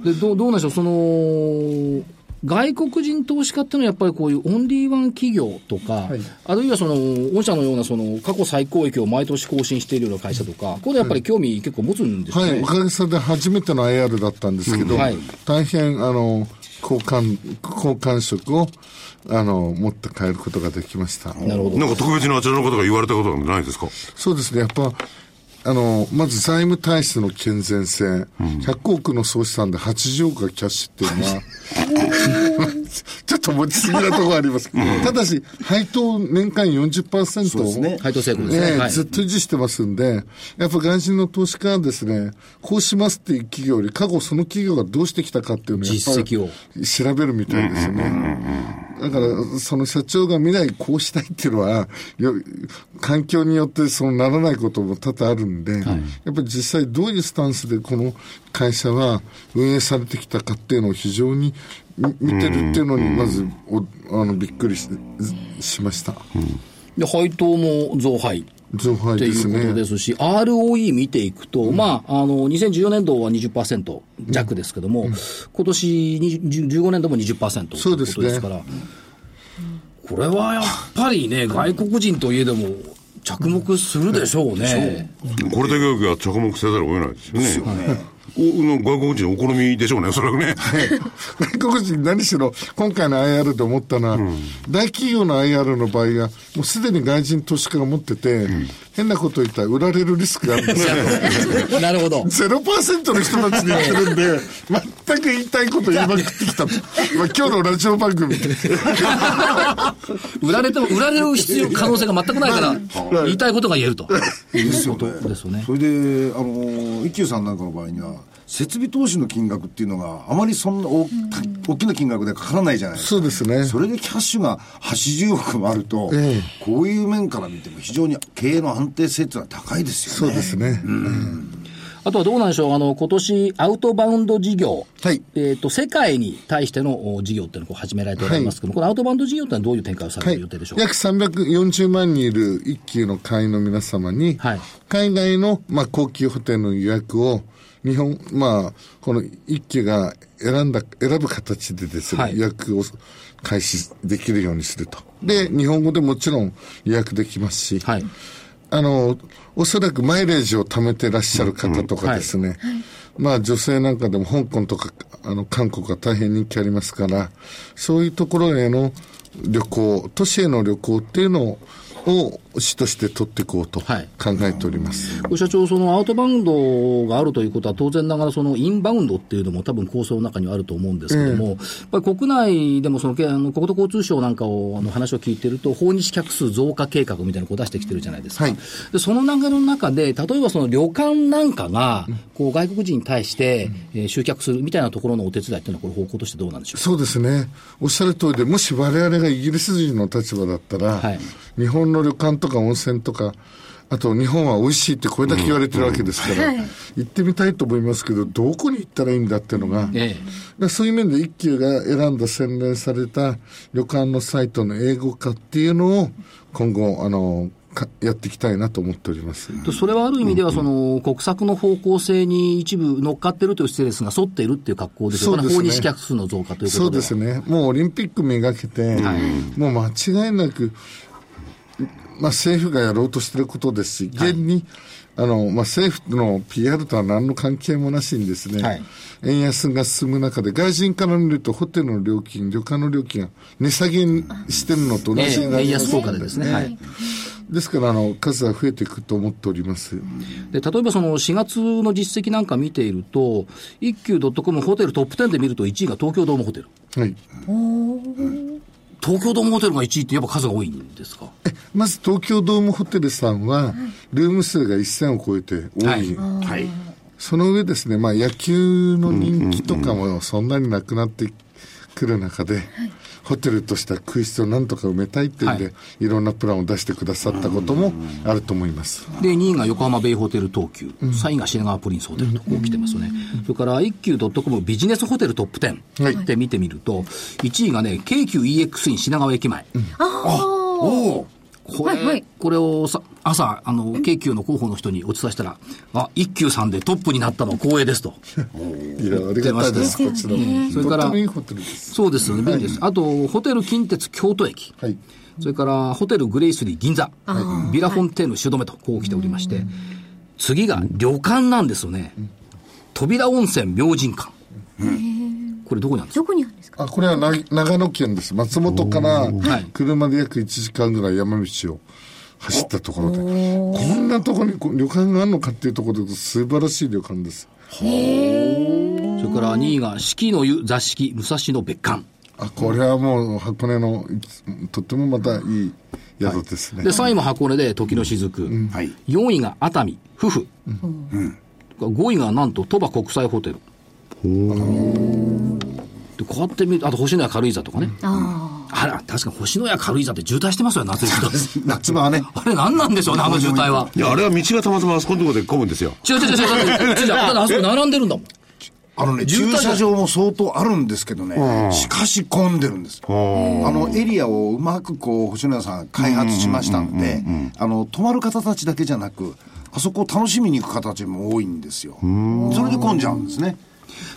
Speaker 1: でどうどうなんでしょう、その外国人投資家っていうのは、やっぱりこういうオンリーワン企業とか、あるいはその御社のようなその過去最高益を毎年更新しているような会社とか、これやっぱり興味、結構持つんですよ
Speaker 6: は
Speaker 1: ね。
Speaker 6: い、おかげさまで初めての IR だったんですけど、
Speaker 1: うんはい
Speaker 6: 大変、あの、好感、好感触を、あの、持って帰ることができました。
Speaker 1: なるほど
Speaker 7: なんか特別なあちらの方が言われたことなんてないですか
Speaker 6: そうですね、やっぱ、あの、まず財務体質の健全性、100億の総資産で80億がキャッシュっていうのは、 ちょっと持ちすぎなところあります。ただし、配当年間40%
Speaker 3: そうですね
Speaker 6: を、
Speaker 1: 配当成功ですね
Speaker 6: ね、
Speaker 1: はい
Speaker 6: ずっと維持してますんで、やっぱ外人の投資家はですね、こうしますっていう企業より、過去その企業がどうしてきたかっていうのをやっぱり
Speaker 1: 実績を
Speaker 6: 調べるみたいですよね。だから、その社長が未来こうしたいっていうのは、よ環境によってそうならないことも多々あるんで、やっぱり実際どういうスタンスでこの会社は運営されてきたかっていうのを非常にみ見てるっていうのに、まずおあのびっくりししました。
Speaker 1: で配当も増配
Speaker 6: 増
Speaker 1: っ
Speaker 6: 配
Speaker 1: て
Speaker 6: で
Speaker 1: いう
Speaker 6: すね。
Speaker 1: ことですし、ROE 見ていくと、まあ、あの、2014年度は20%弱ですけども、今年20 15年度も20%とい
Speaker 6: そうう
Speaker 1: こ
Speaker 6: で
Speaker 1: と
Speaker 6: すね
Speaker 1: ですから、これはやっぱりね、外国人といえども、着目するでしょうね。
Speaker 7: これだけは着目せざるを得ないですよね。おうん外国人お好みでしょうね、おそらくね。
Speaker 6: 外国人何しろ今回の IR で思ったのは、大企業の IR の場合がもうすでに外人投資家が持ってて、変なこと言ったら売られるリスクがあるん です よ
Speaker 1: なるほど。
Speaker 6: 0%の人たちに言ってるんで全く言いたいこと言いまくってき たと、まあ、今日のラジオ番組
Speaker 1: 売られても、売られる必要、可能性が全くないから、言いたいことが言えると。
Speaker 3: ですよ
Speaker 1: ですよ
Speaker 3: ね
Speaker 1: ね。
Speaker 3: それで、あの、一休さんなんかの場合には、設備投資の金額っていうのがあまりそんな大大きな金額でかからないじゃないですか。
Speaker 6: そうですね
Speaker 3: それでキャッシュが80億もあると、
Speaker 6: え
Speaker 3: こういう面から見ても非常に経営の安定性っていうのは高いですよね。
Speaker 6: すね、
Speaker 1: あとはどうなんでしょう、あの今年アウトバウンド事業、
Speaker 6: はい
Speaker 1: えー、と世界に対してのお事業っていうのをこう始められておられますけども、このアウトバウンド事業ってのはどういう展開をさ
Speaker 6: は
Speaker 1: れ
Speaker 6: い
Speaker 1: る予定でしょ、うか。
Speaker 6: 約340万人いる一級の会員の皆様に、
Speaker 1: はい
Speaker 6: 海外の、まあ、高級ホテルの予約を、日本、まあ、この一級が選んだ、選ぶ形でですね、
Speaker 1: はい
Speaker 6: 予約を開始できるようにすると。で、日本語でもちろん予約できますし、
Speaker 1: はい
Speaker 6: あの、おそらくマイレージを貯めてらっしゃる方とかですね、まあ女性なんかでも香港とか、あの、韓国は大変人気ありますから、そういうところへの旅行、都市への旅行っていうのを、を主として取っていこうと考
Speaker 1: はい
Speaker 6: えております。
Speaker 1: これ社長、そのアウトバウンドがあるということは、当然ながらそのインバウンドっていうのも多分構想の中にはあると思うんですけども、やっぱり国内でもそのけあの国土交通省なんかをあの話を聞いてると、訪日客数増加計画みたいなのを出してきてるじゃないですか。
Speaker 6: はい
Speaker 1: でその流れの中で、例えばその旅館なんかが、こう外国人に対して、えー集客するみたいなところのお手伝いっていうのは、これ方向としてどうなんでしょうか
Speaker 6: そうですね。おっしゃる通りで、もし我々がイギリス人の立場だったら、
Speaker 1: はい
Speaker 6: 日本の旅館とか温泉とか、あと日本は美味しいってこれだけ言われてるわけですから、行ってみたいと思いますけど、どこに行ったらいいんだっていうのが、
Speaker 1: え
Speaker 6: でそういう面で一級が選んだ洗練された旅館のサイトの英語化っていうのを今後、あの、かやっていきたいなと思っております。
Speaker 1: とそれはある意味では、その国策の方向性に一部乗っかってるという姿勢ですが、沿っているっていう格好でしょうかね、
Speaker 6: そう
Speaker 1: 訪
Speaker 6: ですね
Speaker 1: 日客数の増加ということでは。
Speaker 6: そうですね。もうオリンピックめがけて、もう間違いなく、まあ政府がやろうとしてることですし、現に、あの、まあ政府の PR とは何の関係もなしにですね、
Speaker 1: はい
Speaker 6: 円安が進む中で、外人から見るとホテルの料金、旅館の料金が値下げしてるのと同
Speaker 1: え
Speaker 6: じにな
Speaker 1: え、円
Speaker 6: りま
Speaker 1: 安
Speaker 6: す
Speaker 1: 効果でですね。はい。
Speaker 6: ですから、あの、数は増えていくと思っております。
Speaker 1: で、例えばその4月の実績なんか見ていると、一休 .com ホテルトップ10で見ると1位が東京ドームホテル。
Speaker 6: はい。
Speaker 1: 東京ドームホテルが1位ってやっぱ数が多いんですか
Speaker 6: まず東京ドームホテルさんは、ルーム数が1000を超えて多
Speaker 1: はいい
Speaker 3: はい。
Speaker 6: その上ですね、まあ、野球の人気とかもそんなになくなってくる中で、ホテルとした空室をなんとか埋めたいっていうんで、
Speaker 1: はい
Speaker 6: い、ろんなプランを出してくださったこともあると思います。
Speaker 1: で、2位が横浜ベイホテル東急、3位が品川プリンスホテルとこう来てますよね。それから一休 .com ビジネスホテルトップ
Speaker 6: は
Speaker 1: 10
Speaker 6: い
Speaker 1: って見てみると、1位がね、京急 EX イン品川駅前。おおこれ、
Speaker 2: はいはい
Speaker 1: これをさ朝、あの、京急の広報の人にお伝えしたら、あ、一休さんでトップになったのは光栄ですと。
Speaker 6: いや、ありがたいです、こちらも。
Speaker 1: それから
Speaker 6: とってもいいホテルです。
Speaker 1: そうですよね、便利です。あと、ホテル近鉄京都駅。
Speaker 6: はい。
Speaker 1: それから、ホテルグレイスリー銀座。ビラフォンテーヌ汐留と、こう来ておりまして。次が旅館なんですよね。扉温泉明神館。これどこにあるんです
Speaker 2: どこにあるんですか
Speaker 6: あ、これはな長野県です。松本から
Speaker 1: はい
Speaker 6: 車で約1時間ぐらい山道を走ったところで、こんなところにこう旅館があるのかっていうところで素晴らしい旅館です。
Speaker 1: かそれから2位が四季の湯座敷武蔵野別館。
Speaker 6: あ、これはもう箱根のとってもまたいい宿ですね。
Speaker 1: で、3位も箱根で時の雫。
Speaker 7: はい。
Speaker 1: 4位が熱海、夫婦。5位がなんと鳥羽国際ホテル。でこうやって見るとあと星のや軽井沢とかね。あら、確か星のや軽井沢って渋滞してますよ、夏行くと
Speaker 3: 夏場はね、
Speaker 1: あれ何なんでしょうね、あの渋滞は。
Speaker 7: いや、あれは道がたまたまあそこのところで混むんですよ。
Speaker 1: 違う違う違う違う 違う違う。だってあそこ並んでるんだもん。
Speaker 3: あのね、
Speaker 1: 渋滞
Speaker 3: 駐
Speaker 1: が
Speaker 3: 車場も相当あるんですけどね、しかし混んでるんです。あの、エリアをうまくこう、星野屋さん開発しましたので、あの、泊まる方たちだけじゃなく、あそこを楽しみに行く方たちも多いんですよ。それで混んじゃうんですね。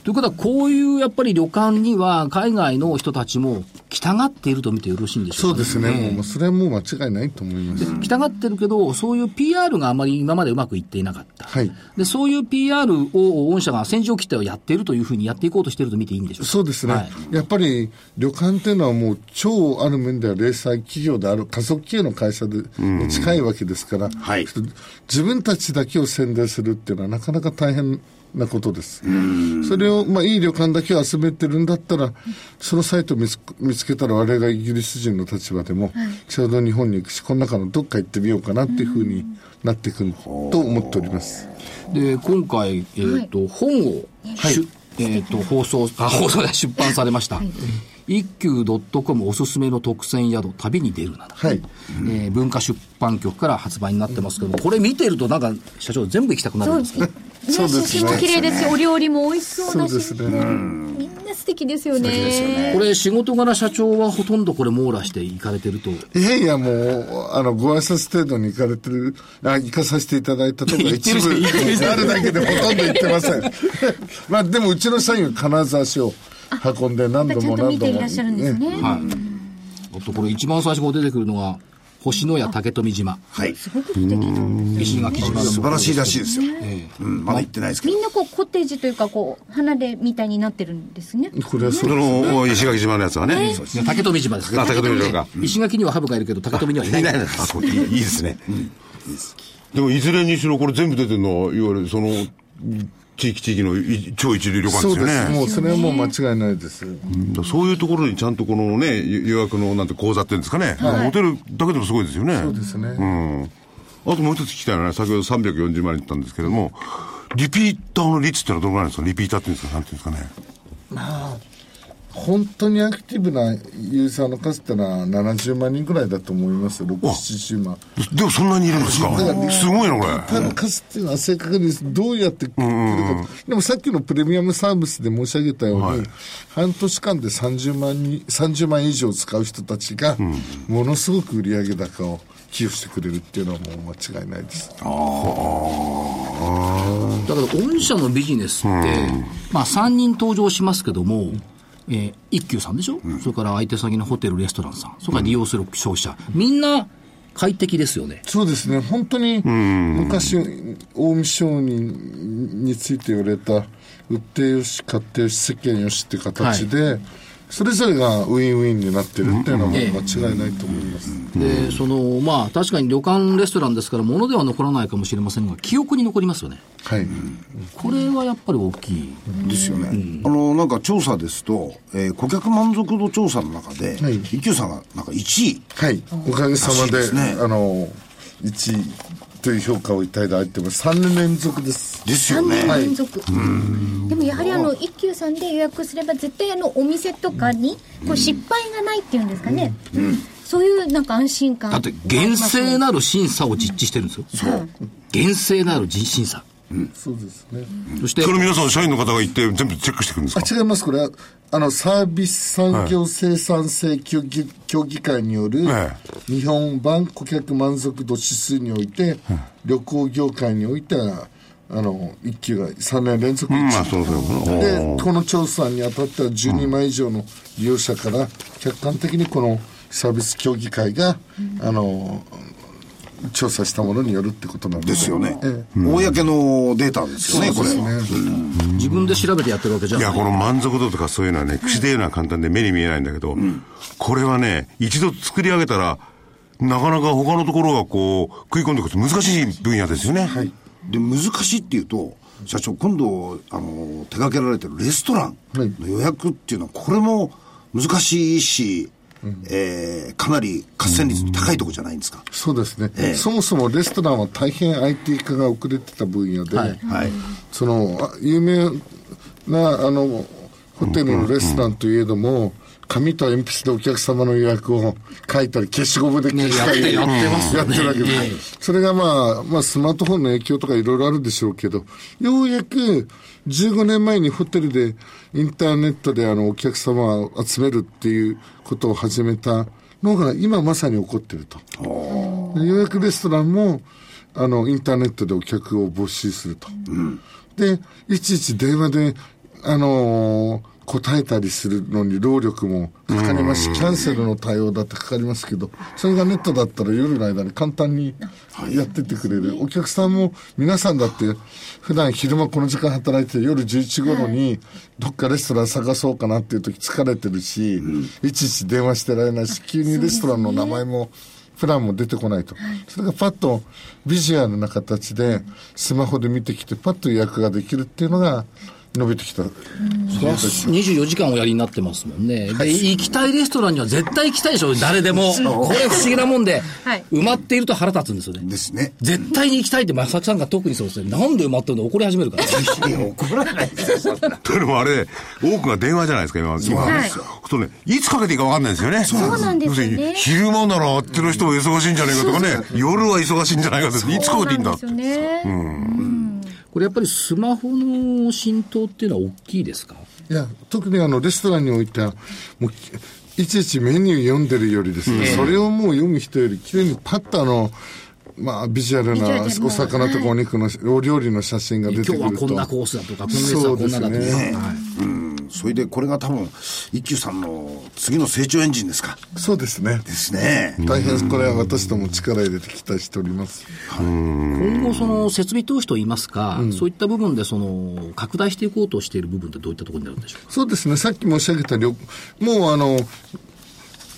Speaker 1: ということは、こういうやっぱり旅館には海外の人たちも来たがっていると見てよろしいんでしょ
Speaker 6: そうう
Speaker 1: か、
Speaker 6: ですね、
Speaker 1: ええ
Speaker 6: もうそれはもう間違いないと思います。
Speaker 1: 来たがってるけど、そういう PR があまり今までうまくいっていなかった。
Speaker 6: はい
Speaker 1: で、そういう PR を御社が戦場切手をやっているというふうにやっていこうとしていると見ていいんでしょうか
Speaker 6: そうですね、
Speaker 1: はい
Speaker 6: やっぱり旅館っていうのはもう超ある面では零細企業である加速系の会社でに近いわけですから、
Speaker 7: はい
Speaker 6: ちょっと自分たちだけを宣伝するっていうのはなかなか大変なことです。それを、まあ、いい旅館だけを集めてるんだったら、そのサイトを見つ見つけたら我々がイギリス人の立場でも、ちょうど日本に行くし、この中のどっか行ってみようかなっていうふうになってくると思っております。
Speaker 1: で、今回、えっ、と、本を、出えっ、と、放送、あ、放送で出版されました。一休 .com おすすめの特選宿、旅に出るなど、
Speaker 6: はい。
Speaker 1: えー文化出版局から発売になってますけども、これ見てるとなんか、社長全部行きたくなるんですけど、
Speaker 2: ね、
Speaker 6: そう
Speaker 2: 写
Speaker 6: ですね
Speaker 2: 真も綺麗ですし、お料理も美味しそう
Speaker 6: そう
Speaker 2: だ
Speaker 6: で
Speaker 2: し
Speaker 6: す、ね。
Speaker 2: みんな素敵ですよね。
Speaker 1: これ仕事柄社長はほとんどこれ網羅して行かれてると。
Speaker 6: いやいや、もう、あの、ご挨拶程度に行かれてる、あ、行かさせていただ いたとか、
Speaker 1: 行って
Speaker 6: 一
Speaker 1: る
Speaker 6: 部、
Speaker 1: 行ってる
Speaker 6: あるだけでほとんど行ってません。 まあ、でも、うちの社員は金沢市を運んで何
Speaker 2: やっぱ
Speaker 6: 度
Speaker 2: ちゃ
Speaker 6: も
Speaker 2: んと
Speaker 6: 何
Speaker 2: 見
Speaker 6: 度
Speaker 2: てい
Speaker 6: も。
Speaker 2: らっしゃるんですね。
Speaker 1: はい。あとこれ一番最初に出てくるのが、星野や竹富島、
Speaker 3: はい。
Speaker 2: すごく素敵なんです。
Speaker 1: 石垣島
Speaker 3: 素
Speaker 1: の
Speaker 3: 晴らしいらしいですよ。うん、まだ行ってないですけど
Speaker 2: み。んなこうコテージというかこう離れみたいになってるんですね。
Speaker 6: これはそ
Speaker 7: その、石垣島のやつはね。
Speaker 1: いや竹富島ですけど
Speaker 7: あ、竹富城か。
Speaker 1: 石垣にはハブがいるけど竹富にはいない
Speaker 7: いないのあ、そういいいいですね。
Speaker 4: でもいずれにしろこれ全部出てるのはいわゆるその地域地域のい超一流旅館
Speaker 6: そ
Speaker 4: で
Speaker 6: う
Speaker 4: すよね
Speaker 6: です。もうそれはもう間違いないです。
Speaker 4: だそういうところにちゃんとこのねゆ予約のなんて講座っていうんですかね、ホテルだけでもすごいですよね
Speaker 6: そうですね。
Speaker 4: うん、あともう一つ聞きたいのはね先ほど340万人って言ったんですけれどもリピーターの率ってのはどのぐらいなんですかリピーターっていうんですかなんていうんですかね
Speaker 6: 本当にアクティブなユーザーの数ってのは70万人ぐらいだと思います。6、70万。
Speaker 4: でもそんなにいるんですかすごいなこれ
Speaker 6: 多分数っていうのは正確にどうやって来るか、でもさっきのプレミアムサービスで申し上げたように、半年間で30万に30万以上使う人たちが、ものすごく売上高を寄付してくれるっていうのはもう間違いないです。
Speaker 1: だけど御社のビジネスって、まあ、3人登場しますけども、えー一休さんでしょ、それから相手先のホテルレストランさんそれから利用する消費者、みんな快適ですよね
Speaker 6: そうですね、本当に昔、近江商人について言われた、売ってよし、買ってよし、世間よしっていう形で、それぞれがウィンウィンになってるっていうのはもう間違いないと思います。
Speaker 1: でそのまあ確かに旅館レストランですから物では残らないかもしれませんが記憶に残りますよね
Speaker 6: はい、
Speaker 1: これはやっぱり大きい
Speaker 3: ですよね、あのなんか調査ですと、えー顧客満足度調査の中で、
Speaker 6: はい
Speaker 3: 一休さんがなんか1位
Speaker 6: はい、おかげさ
Speaker 3: ら
Speaker 6: まで
Speaker 3: しいですね
Speaker 6: あの1位という評価をいただいてます3年連続です
Speaker 3: ですよ
Speaker 2: 三
Speaker 3: ね
Speaker 2: 年連続。でもやはりあの一休さんで予約すれば絶対あのお店とかにこう失敗がないっていうんですかね。そういうなんか安心感。
Speaker 1: だって厳正なる審査を実地してるんですよ厳正なる実審査
Speaker 6: そうですね
Speaker 1: そして
Speaker 4: それ皆さん社員の方が行って全部チェックしてくるんです
Speaker 6: あ
Speaker 4: か
Speaker 6: 違いますこれはあのサービス産業生産性協議,、協議会による
Speaker 4: え
Speaker 6: 日本版顧客満足度指数において、旅行業界においてはあの1級が3年連続
Speaker 4: う
Speaker 6: 1
Speaker 4: ん
Speaker 6: 位、
Speaker 4: まあそうそう
Speaker 6: でこの調査にあたっては12万以上の利用者から客観的にこのサービス協議会が、あの調査したものによるってことなん
Speaker 3: で
Speaker 6: です
Speaker 3: よね、
Speaker 6: え
Speaker 3: 公のデータですよねこれは
Speaker 1: 自分で調べてやってるわけじゃ
Speaker 4: い
Speaker 1: な
Speaker 4: や
Speaker 1: い
Speaker 4: この満足度とかそういうのはね口で言うのは簡単で目に見えないんだけど、これはね一度作り上げたらなかなか他のところがこう食い込んでくる難しい分野ですよね、
Speaker 3: で難しいっていうと社長今度あの手掛けられてるレストランの予約っていうのはこれも難しいし、えーかなり活性率の高いとこじゃないんですか、
Speaker 6: そうですね、そもそもレストランは大変 IT 化が遅れてた分野で、
Speaker 3: はい
Speaker 6: そのあ有名なあのホテルのレストランといえども、紙と鉛筆でお客様の予約を書いたり消しゴムで消したり、
Speaker 1: ねやってやってますよね
Speaker 6: やってるわけ
Speaker 1: ええ
Speaker 6: です、それが、まあ、まあスマートフォンの影響とかいろいろあるでしょうけどようやく15年前にホテルでインターネットであのお客様を集めるっていうことを始めたのが今まさに起こってると。で予約レストランもあのインターネットでお客を募集すると、でいちいち電話で、あのー答えたりするのに労力もかかりますしキャンセルの対応だってかかりますけどそれがネットだったら夜の間に簡単にやってってくれる、お客さんも皆さんだって普段昼間この時間働いて夜11時頃にどっかレストラン探そうかなっていう時疲れてるし、いちいち電話してられないし急にレストランの名前もプランも出てこないと。それがパッとビジュアルな形で、スマホで見てきて、パッと予約ができるっていうのが、伸びてきた。
Speaker 1: 24時間おやりになってますもんね。で、行きたいレストランには絶対行きたいでしょ、誰でも。これ不思議なもんで、
Speaker 2: はい
Speaker 1: 埋まっていると腹立つんですよね
Speaker 3: で。すね
Speaker 1: 絶対に行きたいって正木さんが特にそうですね。なんで埋まってるの怒り始めるから。
Speaker 3: いや怒らないですよそんな
Speaker 4: というのもあれ多くが電話じゃないですか今そう
Speaker 2: なんです
Speaker 4: よ、とねいつかけていいか分かんないですよねそう
Speaker 2: なんですよね
Speaker 4: 昼間ならあっちの人も忙しいんじゃないかとかね夜は忙しいんじゃないかとかいつかけていいんだ
Speaker 2: そうなんですよね。
Speaker 1: これやっぱりスマホの浸透っていうのは大きいですか
Speaker 6: いや、特にあの、レストランにおいては、もうき、いちいちメニュー読んでるよりですね、それをもう読む人より、綺麗にパッとあの、まあ、ビジュアル
Speaker 2: ビジュア
Speaker 6: な
Speaker 2: ルでも
Speaker 6: お魚とかお肉の、お料理の写真が出
Speaker 1: 今日
Speaker 6: てくると。
Speaker 1: はこんなコースだとか、今月はこんなだと
Speaker 6: そうです
Speaker 1: か。
Speaker 6: ね
Speaker 1: はい
Speaker 3: それでこれが多分一休さんの次の成長エンジンですか
Speaker 6: そうですね
Speaker 3: ですね
Speaker 6: 大変これは私ども力入れて期待しております
Speaker 1: 今後、その設備投資といいますか、そういった部分でその拡大していこうとしている部分ってどういったところになるんでしょうか。
Speaker 6: そうですねさっき申し上げた旅もうあの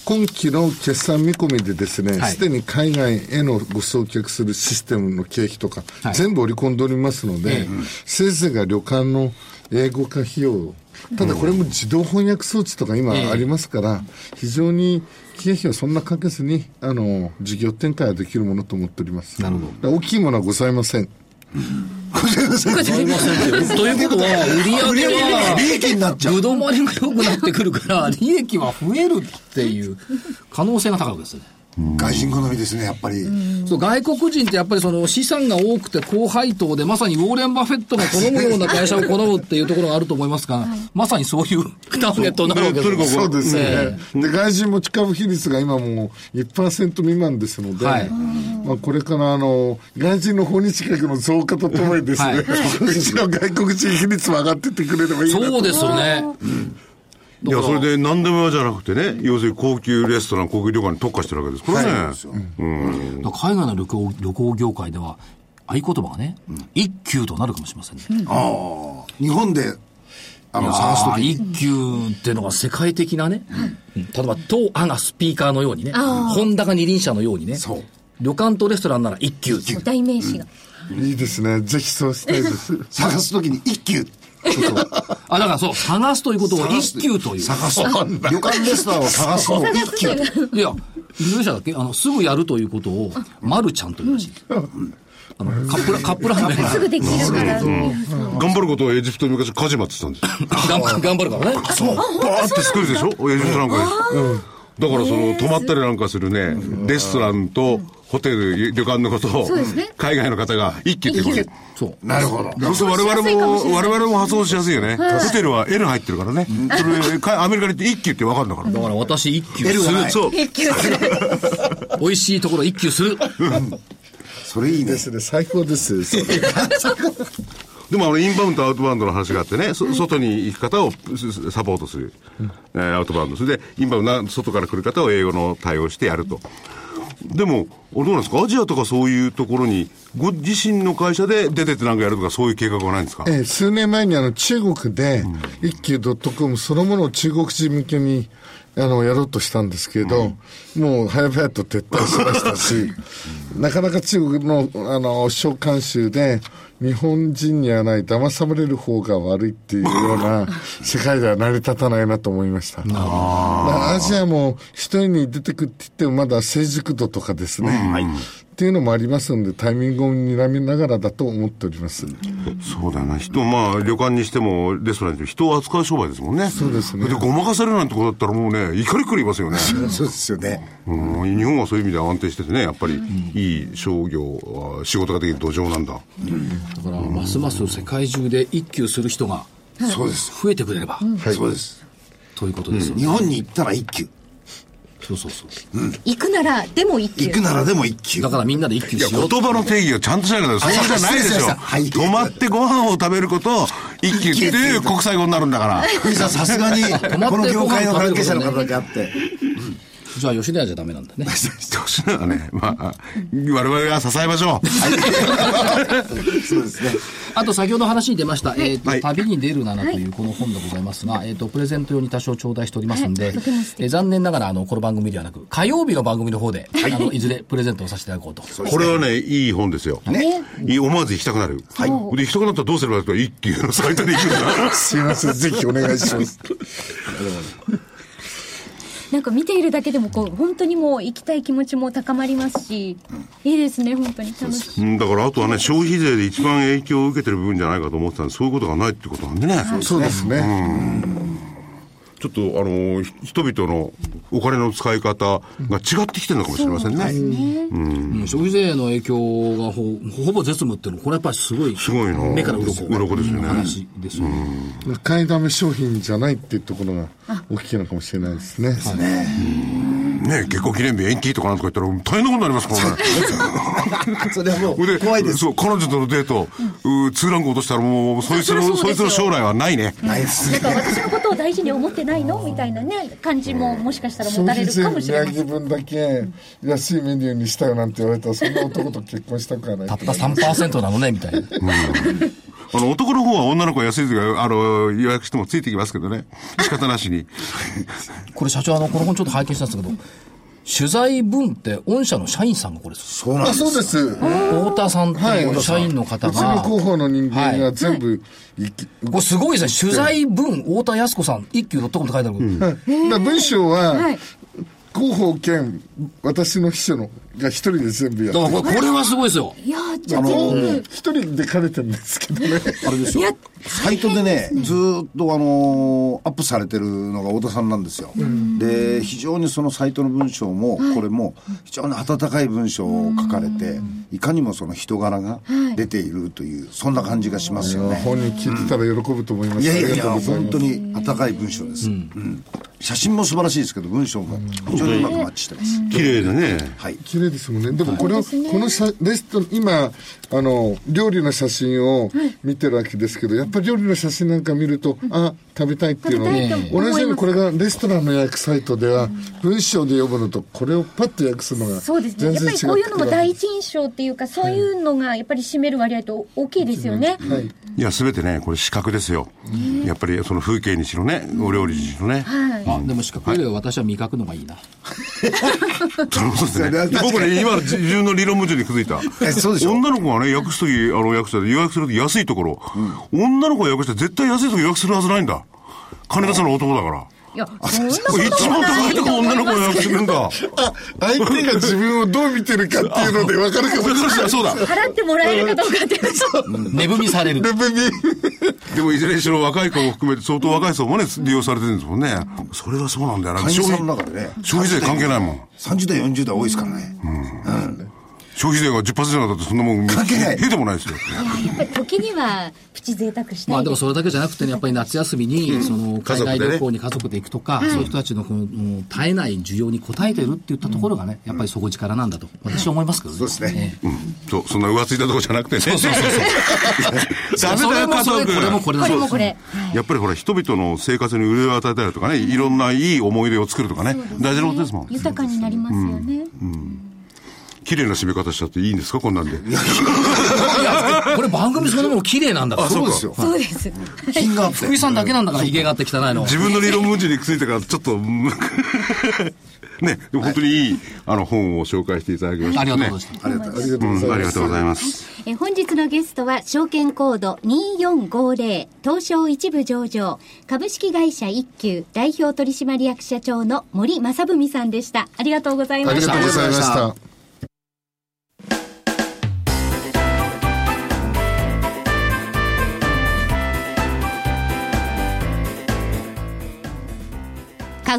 Speaker 6: 今期の決算見込みでですね、
Speaker 1: はい
Speaker 6: すでに海外へのご送客するシステムの経費とか、
Speaker 1: はい
Speaker 6: 全部織り込んでおりますので、せいぜいが旅館の英語化費用、ただこれも自動翻訳装置とか今
Speaker 1: ええ
Speaker 6: ありますから、非常に経費をそんなかけずに、あの、事業展開はできるものと思っております。
Speaker 1: なるほど
Speaker 6: だから大きいものはございません。
Speaker 1: ということは、売り上げは、
Speaker 3: 利益になっちゃう
Speaker 1: ぶどまりが良くなってくるから、利益は増えるっていう可能性が高いわけですね。
Speaker 3: 外人好みですねやっぱり
Speaker 1: そう外国人ってやっぱりその資産が多くて高配当でまさにウォーレン・バフェットが好むような会社を好むっていうところがあると思いますが、まさにそういうターゲットになるわけですね
Speaker 6: そうですね
Speaker 1: ね
Speaker 6: で外人持ち株比率が今もう1%未満ですので、
Speaker 1: はい
Speaker 6: まあ、これからあの外人の訪日客の増加とともにですね、
Speaker 1: はいう
Speaker 6: ちの外国人比率も上がってってくれればいいなと
Speaker 1: そうですよね。
Speaker 4: いや、それで何でも屋じゃなくてね、要するに高級レストラン、高級旅館に特化してるわけです。これ
Speaker 1: だか
Speaker 4: ね。
Speaker 1: ら海外の旅行旅行業界では、合言葉がね、一級となるかもしれませんね。
Speaker 3: ああ日本であ
Speaker 1: い
Speaker 3: の
Speaker 1: やー
Speaker 3: 探すときに
Speaker 1: 一級っていうのが世界的なね、うん例えば、東亜がスピーカーのようにね、ホンダが二輪車のようにね
Speaker 3: そう、
Speaker 1: 旅館とレストランなら一級っていう
Speaker 2: 代名詞が。
Speaker 6: いいですねぜひそうしたいです
Speaker 3: 探すときに一級
Speaker 1: そうそうあ、だからそう、探すということを
Speaker 3: 探す
Speaker 1: 一級という。
Speaker 3: 探す旅館レストランを探すのを一級
Speaker 1: いや、インドネシアだっけあの、すぐやるということを、マルちゃんというらしい。あの、カップラ、カップラーメン
Speaker 2: すぐできるから。
Speaker 4: 頑張ることをエジプトに昔カジマって言ってた んです
Speaker 1: 頑
Speaker 4: よ。
Speaker 1: 張る、頑張るからね。
Speaker 4: そう。バーって作るでしょエジプトなんかで。だからその、泊まったりなんかするね、レストランとホテル、旅館のことを、海外の方が一気って言うわけ
Speaker 1: そう。
Speaker 3: なるほど
Speaker 4: そうすると我々も、我々も発音しやすいよね。ホテルは L 入ってるからね。それ、かアメリカに行って一級ってわかるんだから。
Speaker 1: だから私一級
Speaker 3: L
Speaker 1: す
Speaker 3: が
Speaker 1: る。
Speaker 3: ない
Speaker 4: そう。
Speaker 1: 美味しいところ一級する。
Speaker 3: それいいね
Speaker 6: ですね最高ですそう
Speaker 4: でもあのインバウンドとアウトバウンドの話があってね、そ外に行く方をすすサポートする、えーアウトバウンド、それでインバウンドな、外から来る方を英語の対応してやると、でも、あれどうなんですか、アジアとかそういうところに、ご自身の会社で出てってなんかやるとか、そういう計画はないんですか、
Speaker 6: ええ数年前にあの中国で、一休ドットコムそのものを中国人向けにあのやろうとしたんですけど、もう早々と撤退しましたし、なかなか中国のあの召喚集で、日本人にはない、騙される方が悪いっていうような世界では成り立たないなと思いました。だからアジアも一人に出てくって言ってもまだ成熟度とかですね、っていうのもありますので、タイミングを睨みながらだと思っております。
Speaker 4: そうだよな、人、まあ、旅館にしても、レストランにしても、人を扱う商売ですもんね、そう
Speaker 6: ですね
Speaker 4: で、ごまかされるなんてことだったら、もうね、怒り狂いますよね。
Speaker 3: そうですよね
Speaker 4: うん日本はそういう意味では安定しててね、やっぱりいい商業、あ仕事ができる土壌なんだ。
Speaker 1: だから、ますます世界中で一級する人が
Speaker 3: そうです
Speaker 1: 増えてくれれば、
Speaker 3: そうです
Speaker 1: ということですよ
Speaker 3: 日
Speaker 1: ね。
Speaker 3: 本に行ったら一級
Speaker 1: そうそうそう。
Speaker 2: 行くなら、でも行
Speaker 3: 行
Speaker 2: く
Speaker 3: く。ならでも一級
Speaker 1: だからみんなで一級
Speaker 4: いや、
Speaker 1: しようと。
Speaker 4: 言葉の定義をちゃんとしなきゃダメそうじゃないでしょ。
Speaker 3: はい
Speaker 4: 泊まってご飯を食べることを一級っていう国際語になるんだから。
Speaker 3: 福井さんさすがに
Speaker 1: まって
Speaker 3: この業界の関係者の方があって
Speaker 1: じゃあ吉田屋じゃダメなんだね。
Speaker 4: 年ならね、まあ、我々が支えましょう。
Speaker 3: そうですね
Speaker 1: あと先ほど話に出ました、えーと
Speaker 4: はい
Speaker 1: 旅に出るならというこの本でございますが、えーとプレゼント用に多少頂戴しておりますんで、えー残念ながらあのこの番組ではなく火曜日の番組の方で、い、あのいずれプレゼントをさせていただこうと。
Speaker 4: これはね、いい本ですよ。いい思わず行きたくなる。はい。で、行きたくなったらどうすればいいですか一級のサイトに行くんだ。
Speaker 6: すいま せん、ぜひお願いします。
Speaker 2: なんか見ているだけでも、こう、本当にもう行きたい気持ちも高まりますし、いいですね、本当に楽しい。
Speaker 4: うんだから、あとはね、消費税で一番影響を受けてる部分じゃないかと思ってたんで、そういうことがないってことなんでね。
Speaker 6: そうですね。
Speaker 4: ちょっと、あの、ひ人々のお金の使い方が違ってきてるのかもしれませんね。
Speaker 1: うん消費税の影響がほほぼ絶務っていうのは、これやっぱりすごい、
Speaker 4: すごいな
Speaker 1: 目から鱗
Speaker 4: 鱗ですよね
Speaker 1: 話ですよね。
Speaker 6: 買いだめ商品じゃないっていうところが大きいのかもしれないですね。
Speaker 4: ね、結婚記念日延期とかなんとか言ったら大変なことになりますからね。
Speaker 3: それはも
Speaker 4: ほいう
Speaker 3: 怖いです。
Speaker 4: そう、彼女とのデート、うーツーランク落としたらもう、そいつの、
Speaker 2: そりゃそう
Speaker 4: そ
Speaker 2: で
Speaker 4: い
Speaker 2: す
Speaker 4: つ
Speaker 2: よ
Speaker 4: の将来はないね。
Speaker 3: ないです
Speaker 2: な
Speaker 3: ね
Speaker 2: んか私のことを大事に思ってないのみたいなね感じももしかしたら
Speaker 6: 消
Speaker 2: 持た
Speaker 6: 費
Speaker 2: れる
Speaker 6: 税
Speaker 2: か
Speaker 6: の
Speaker 2: もし
Speaker 6: 値
Speaker 2: れま
Speaker 6: 上
Speaker 2: せん
Speaker 6: げ分だけ安いメニューにしたよなんて言われたらそんな男と結婚したくはない
Speaker 1: たった3%なのね、みたいな。
Speaker 4: あの、男の方は女の子は安いとか、あの、予約してもついてきますけどね。仕方なしに。
Speaker 1: これ社長、あの、この本ちょっと拝見したんですけど、取材分って御社の社員さんがこれです。
Speaker 3: そうなん
Speaker 6: あ
Speaker 3: です。
Speaker 6: そうですう
Speaker 1: 太田さんって
Speaker 6: はい
Speaker 1: いう社員の方
Speaker 6: ちの
Speaker 1: が。
Speaker 6: 広報の人間
Speaker 1: は
Speaker 6: が
Speaker 1: い
Speaker 6: 全部いき、
Speaker 1: これすごいですね。取材分、太田康子さん、一級 .com って書いてある。
Speaker 6: だから文章は、
Speaker 2: はい
Speaker 6: 広報兼私の秘書のが一人で全部や
Speaker 1: だ
Speaker 6: る
Speaker 1: からこれ、これはすごいですよ。
Speaker 2: いやーじゃあ全部
Speaker 6: 一人で兼ねてるんですけどね
Speaker 3: あれですよ。サイトでね、ずーっとあのーアップされてるのが太田さんなんですよ。で、非常にそのサイトの文章も、これも、非常に温かい文章を書かれて、いかにもその人柄が出ているという、そんな感じがしますよね。
Speaker 6: 本人聞いてたら喜ぶと思います
Speaker 3: いやいやいや、
Speaker 6: ありがとうござい
Speaker 3: 本
Speaker 6: ます
Speaker 3: 当に温かい文章です。うん写真も素晴らしいですけど、文章も非常にうまくマッチしてます。
Speaker 4: 綺麗だね。
Speaker 3: はい。
Speaker 6: 綺麗ですもんねでもこれを、このさレスト今あの料理の写真を見てるわけですけどやっぱり料理の写真なんか見ると、あ食べたいっていうの
Speaker 2: 食べたいと思います
Speaker 6: 同じようにこれがレストランの予約サイトでは文章で読むのとこれをパッと訳すのが
Speaker 2: そうですね。
Speaker 6: 全
Speaker 2: やっぱ
Speaker 6: 然
Speaker 2: り
Speaker 6: 違って
Speaker 2: こういうのも第
Speaker 6: 事
Speaker 2: 一印象っていうか、そういうのがやっぱり占める割合と大きいですよね。
Speaker 6: はい
Speaker 4: いや、すべてね、これ視覚ですよ。やっぱり、その風景にしろね、お料理にしろね。
Speaker 1: あ、でも視覚よりは私は味覚の方がいいな。
Speaker 4: そのことですね。僕ね、今、自分の理論矛盾に気づいた。
Speaker 3: えそうでしょ
Speaker 4: 女の子がね、訳すとき、あの、訳すとき、予約するとき安いところ、女の子が訳して絶対安いとき予約するはずないんだ。金出さの男だから。
Speaker 2: いや、そんな
Speaker 4: これ一番高いとこ女の子が予約するんだ。
Speaker 6: あ相手が自分をどう見てるかっていうので分かるかもしれな い
Speaker 4: そうだそうだ。
Speaker 2: 払ってもらえるかどうかっていうのも。
Speaker 1: 値踏みされる。
Speaker 4: でもいずれにしろ若い子を含めて相当若い層もね、利用されてるんですもんね。それはそうなんだよな。
Speaker 3: 会員
Speaker 4: 消
Speaker 3: さんの
Speaker 4: 費
Speaker 3: 中でね、
Speaker 4: 消費税関係ないもん。
Speaker 3: 30代、40代多いですからね。
Speaker 4: 消費税が10%だってそんなもん、
Speaker 3: 関係ない
Speaker 4: へでもないですよ。
Speaker 2: やっぱり時にはプチ贅沢したい。
Speaker 1: まあでもそれだけじゃなくてね、やっぱり夏休みに、その、海外
Speaker 4: 家族でね
Speaker 1: 旅行に家族で行くとか、そういう人たちのこの、もう絶えない需要に応えてるって言ったところがね、やっぱり底力なんだと、私は思いますけどね。そうですね。
Speaker 4: そう、そんな浮ついたとこじゃなくてね。そうそうそうダメ
Speaker 1: そ
Speaker 4: だ
Speaker 1: れ
Speaker 4: よ、
Speaker 1: も
Speaker 4: 加
Speaker 1: それ、こ
Speaker 4: 藤君。
Speaker 1: れもこれ
Speaker 2: こ
Speaker 1: だ
Speaker 2: れ
Speaker 1: そう
Speaker 2: も
Speaker 1: です
Speaker 2: これ。
Speaker 4: やっぱりほら、人々の生活に潤いを与えたりとかね、いろんないい思い出を作るとかね、大事なことですもん。
Speaker 2: 豊かになりますよね。
Speaker 4: 綺麗な締め方しちゃっていいんですか、こんなんで。
Speaker 1: いやこれ番組そのもの綺麗なんだから。
Speaker 3: そうですよ。
Speaker 2: そうです。
Speaker 3: 品があって。
Speaker 1: 福井さんだけなんだから、髭があって汚いの。
Speaker 4: 自分の理論文字にくっついたから、ちょっと、 うんね、でも本当にいい、あの、本を紹介していただきました。
Speaker 1: ありがとうござい
Speaker 4: ね
Speaker 1: ました。
Speaker 6: ありがとうございます、
Speaker 4: うんありがとうございます。
Speaker 8: えー本日のゲストは証券コード2450東証一部上場株式会社一級代表取締役社長の森正文さんでしたありがとうございま
Speaker 6: あり
Speaker 8: し
Speaker 6: がとう
Speaker 8: た
Speaker 6: ございました
Speaker 8: 花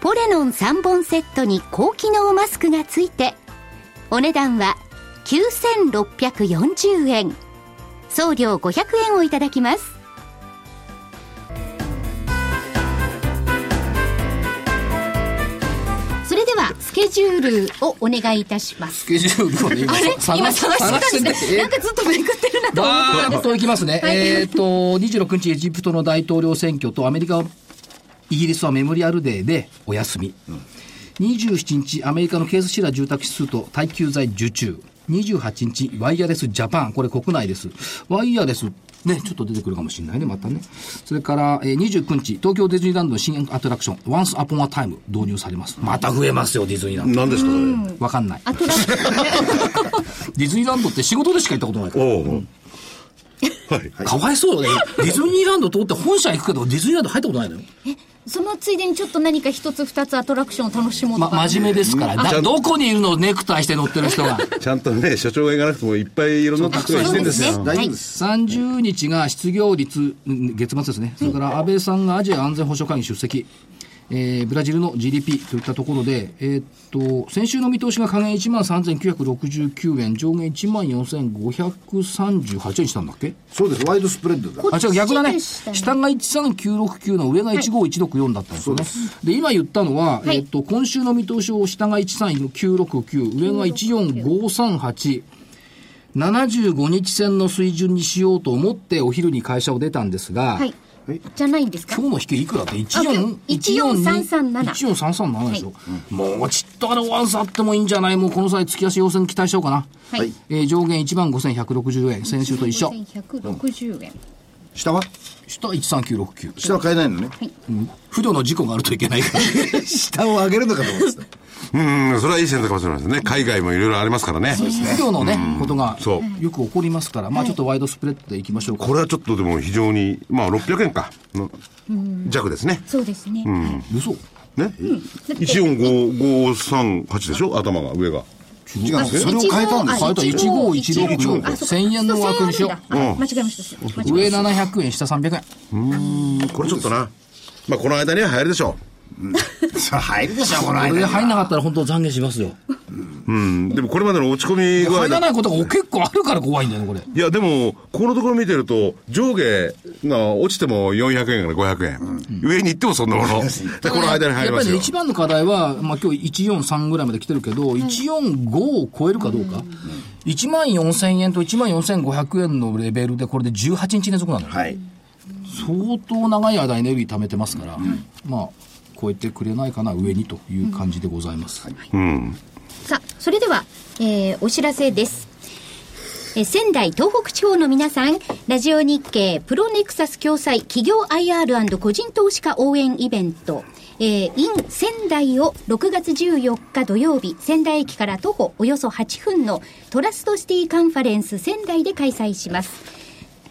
Speaker 8: ポレノン3本セットに高機能マスクがついてお値段は9640円送料500円をいただきますそれではスケジュールをお願いいたします
Speaker 1: スケジュールをね、
Speaker 2: あれ
Speaker 1: 探
Speaker 2: 今探してたん
Speaker 1: 探
Speaker 2: ですね。なんかずっとめくってるなと思っ
Speaker 1: バ
Speaker 2: た
Speaker 1: ー
Speaker 2: んで
Speaker 1: ッといきますね。
Speaker 2: はい
Speaker 1: えっ、と、26日エジプトの大統領選挙とアメリカ、イギリスはメモリアルデーでお休み。 27日、アメリカのケースシラー住宅指数と耐久財受注。28日、ワイヤレスジャパン。これ国内です。ワイヤレス、ね、ちょっと出てくるかもしれないね、またね。それから、えー、29日、東京ディズニーランドの新アトラクション、Once Upon a Time 導入されます。また増えますよ、ディズニーラン
Speaker 4: 何ですかそれ
Speaker 1: ド。わかんない。
Speaker 2: アトラクションね
Speaker 1: ディズニーランドって仕事でしか行ったことないから。
Speaker 4: おうはい
Speaker 1: かわいそう よね。ディズニーランド通って本社行くけど、ディズニーランド入ったことないのよ。
Speaker 2: そのついでにちょっと何か一つ二つアトラクションを楽しもうと
Speaker 1: ま、
Speaker 2: か、
Speaker 1: 真面目ですから。だどこにいるのネクタイして乗ってる人 が。
Speaker 4: ちゃんとね所長が行かなくてもいっぱいいろんなところにしてんですよ
Speaker 2: そうは
Speaker 3: 大丈
Speaker 2: い
Speaker 3: 夫です。
Speaker 1: 30日が失業率、うん月末ですね。それから安倍さんがアジア安全保障会議出席。えーブラジルの GDP といったところで、えーっと、先週の見通しが下限1万3969円、上限1万4538円したんだっけ
Speaker 3: そうです。ワイドスプレッドだ。
Speaker 1: あ、違う、逆だね。
Speaker 2: でしたね
Speaker 1: 下が13969の上が15164だったんですよね。で、今言ったのは、
Speaker 2: はい
Speaker 1: えっと、今週の見通しを下が13969、上が14538。75日線の水準にしようと思ってお昼に会社を出たんですが、
Speaker 2: はい。じゃないんですか
Speaker 1: 今日の引けいくらって14
Speaker 2: 14337
Speaker 1: 14337でしょ、もうちっとあれワンスあってもいいんじゃないもうこの際月足要請に期待しようかな、
Speaker 2: はい。
Speaker 1: えー上限1万5160円先週と一緒
Speaker 2: 1160円。
Speaker 3: 下は
Speaker 1: 下13969
Speaker 3: 下は買えないのね。
Speaker 1: 不慮の事故があるといけないから。
Speaker 3: 下を上げるのかと思ってた。
Speaker 4: うんうんそれはいい選択かもしれませんね海外もいろいろありますからね
Speaker 1: 不慮のね、ことが
Speaker 4: そ
Speaker 1: よく起こりますから、まあちょっとワイドスプレッドでいきましょうか。
Speaker 4: これはちょっとでも非常にまあ600円かの弱ですね
Speaker 2: そうですね。はい
Speaker 1: 嘘
Speaker 4: ね14558でしょ頭が上が
Speaker 3: 違うの。それを変えたんです
Speaker 1: あ変
Speaker 3: よ。
Speaker 1: えた1516
Speaker 2: あそうか
Speaker 1: 1000円の枠にしよう
Speaker 2: 1000円だあ間違えました。間違
Speaker 1: 上
Speaker 2: えました
Speaker 1: 700円、下300円。
Speaker 4: これちょっとなまあこの間には流行るでしょ
Speaker 3: それ入るでしょ、この
Speaker 1: これ
Speaker 3: 間。
Speaker 1: 入んなかったら本当懺悔しますよ。
Speaker 4: う、うん、でもこれまでの落ち込み具合
Speaker 1: 入ら
Speaker 4: だ
Speaker 1: ないことが結構あるから怖いんだよね、これ。
Speaker 4: いやでもこのところ見てると上下が落ちても400円から500円、上に行ってもそんなものでこの間に入りま
Speaker 1: やっぱ
Speaker 4: す
Speaker 1: りね
Speaker 4: よ
Speaker 1: 一番の課題は、まあ今日143ぐらいまで来てるけど、145を超えるかどうか。1万4000円と1万4500円のレベルで、これで18日連続なのよ。
Speaker 3: はい。
Speaker 1: 相当長い間エネルギー貯めてますから、まあ超えてくれないかな上にという感じでございます、
Speaker 8: さあ、それでは、えーお知らせです。えー仙台、東北地方の皆さん、ラジオ日経プロネクサス共催企業 IR& 個人投資家応援イベント、えー in 仙台を6月14日土曜日、仙台駅から徒歩およそ8分のトラストシティカンファレンス仙台で開催します。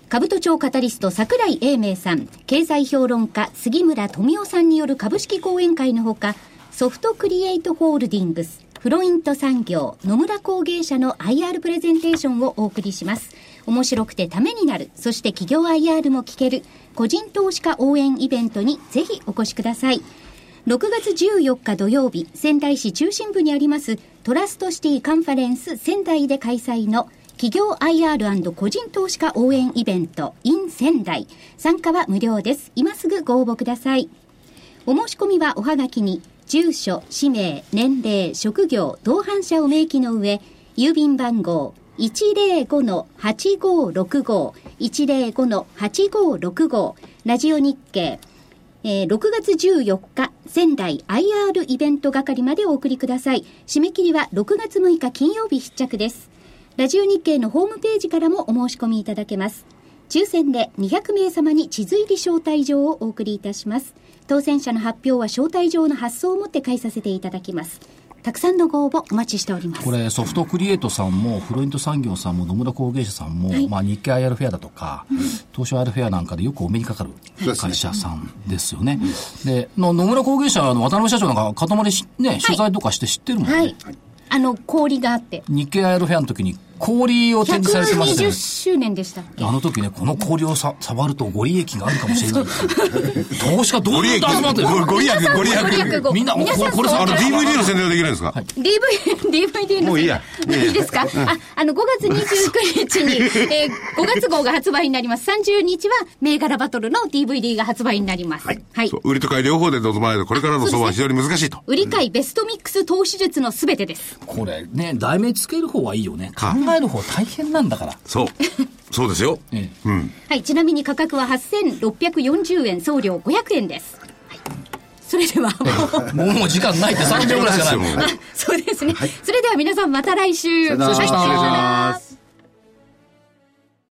Speaker 8: 株都庁カタリスト桜井英明さん、経済評論家杉村富夫さんによる株式講演会のほか、ソフトクリエイトホールディングス、フロイント産業、野村工芸社の IR プレゼンテーションをお送りします。面白くてためになる、そして企業 IR も聞ける、個人投資家応援イベントにぜひお越しください。6月14日土曜日、仙台市中心部にありますトラストシティカンファレンス仙台で開催の企業 IR& 個人投資家応援イベント in 仙台。参加は無料です。今すぐご応募ください。お申し込みはおはがきに、住所、氏名、年齢、職業、同伴者を明記の上、郵便番号105-8565、105-8565、ラジオ日経、えー6月14日、仙台 IR イベント係までお送りください。締め切りは6月6日金曜日必着です。ラジオ日経のホームページからもお申し込みいただけます。抽選で200名様に地図入り招待状をお送りいたします。当選者の発表は招待状の発送をもって返させていただきます。たくさんのご応募お待ちしております。
Speaker 1: これソフトクリエイトさんもフロイント産業さんも野村工芸者さんも、まあ、日経 IR フェアだとか、東証 IR フェアなんかでよくお目にかかる会社さんですよね、での野村工芸者の渡辺社長なんか塊し、ね、取材とかして知ってるもんね、
Speaker 2: はい。あの、氷があって。
Speaker 1: 日経 IR フェアの時に氷を展示されてましたよ
Speaker 2: 120
Speaker 1: ね
Speaker 2: 周年でしたっけ
Speaker 1: あの時ね、この氷をさ触るとご利益があるかもしれない。投資家どうやって集まってる
Speaker 4: ごご利益ご利益
Speaker 2: ご利益ご
Speaker 1: みんな、もう
Speaker 2: 皆さん
Speaker 1: これ
Speaker 2: そう
Speaker 1: 触
Speaker 4: あ
Speaker 1: る
Speaker 4: の
Speaker 1: と
Speaker 4: DVD の宣伝はできないんですか、
Speaker 2: DVD、DVD の
Speaker 4: もういいやいやいや
Speaker 2: いいですかあ、あの、5月29日 に、えー、5月号が発売になります。30日は、銘柄バトルの DVD が発売になります。はい。
Speaker 4: そう売りと買い両方で臨まないとこれからの相場は非常に難しいと
Speaker 2: 売り買いベストミックス投資術のすべてです。
Speaker 1: これね、題名つける方はいいよね。考える方大変なんだから。
Speaker 4: そうそうですよ、
Speaker 1: え
Speaker 2: はい。ちなみに価格は8640円、送料500円です。
Speaker 8: それではも
Speaker 1: も
Speaker 8: う
Speaker 1: うもう時間ないって30秒ぐらいしかないもん
Speaker 8: そうですね、それでは皆さんまた来週
Speaker 3: さよなら失
Speaker 8: はい
Speaker 3: 礼します
Speaker 8: さよなら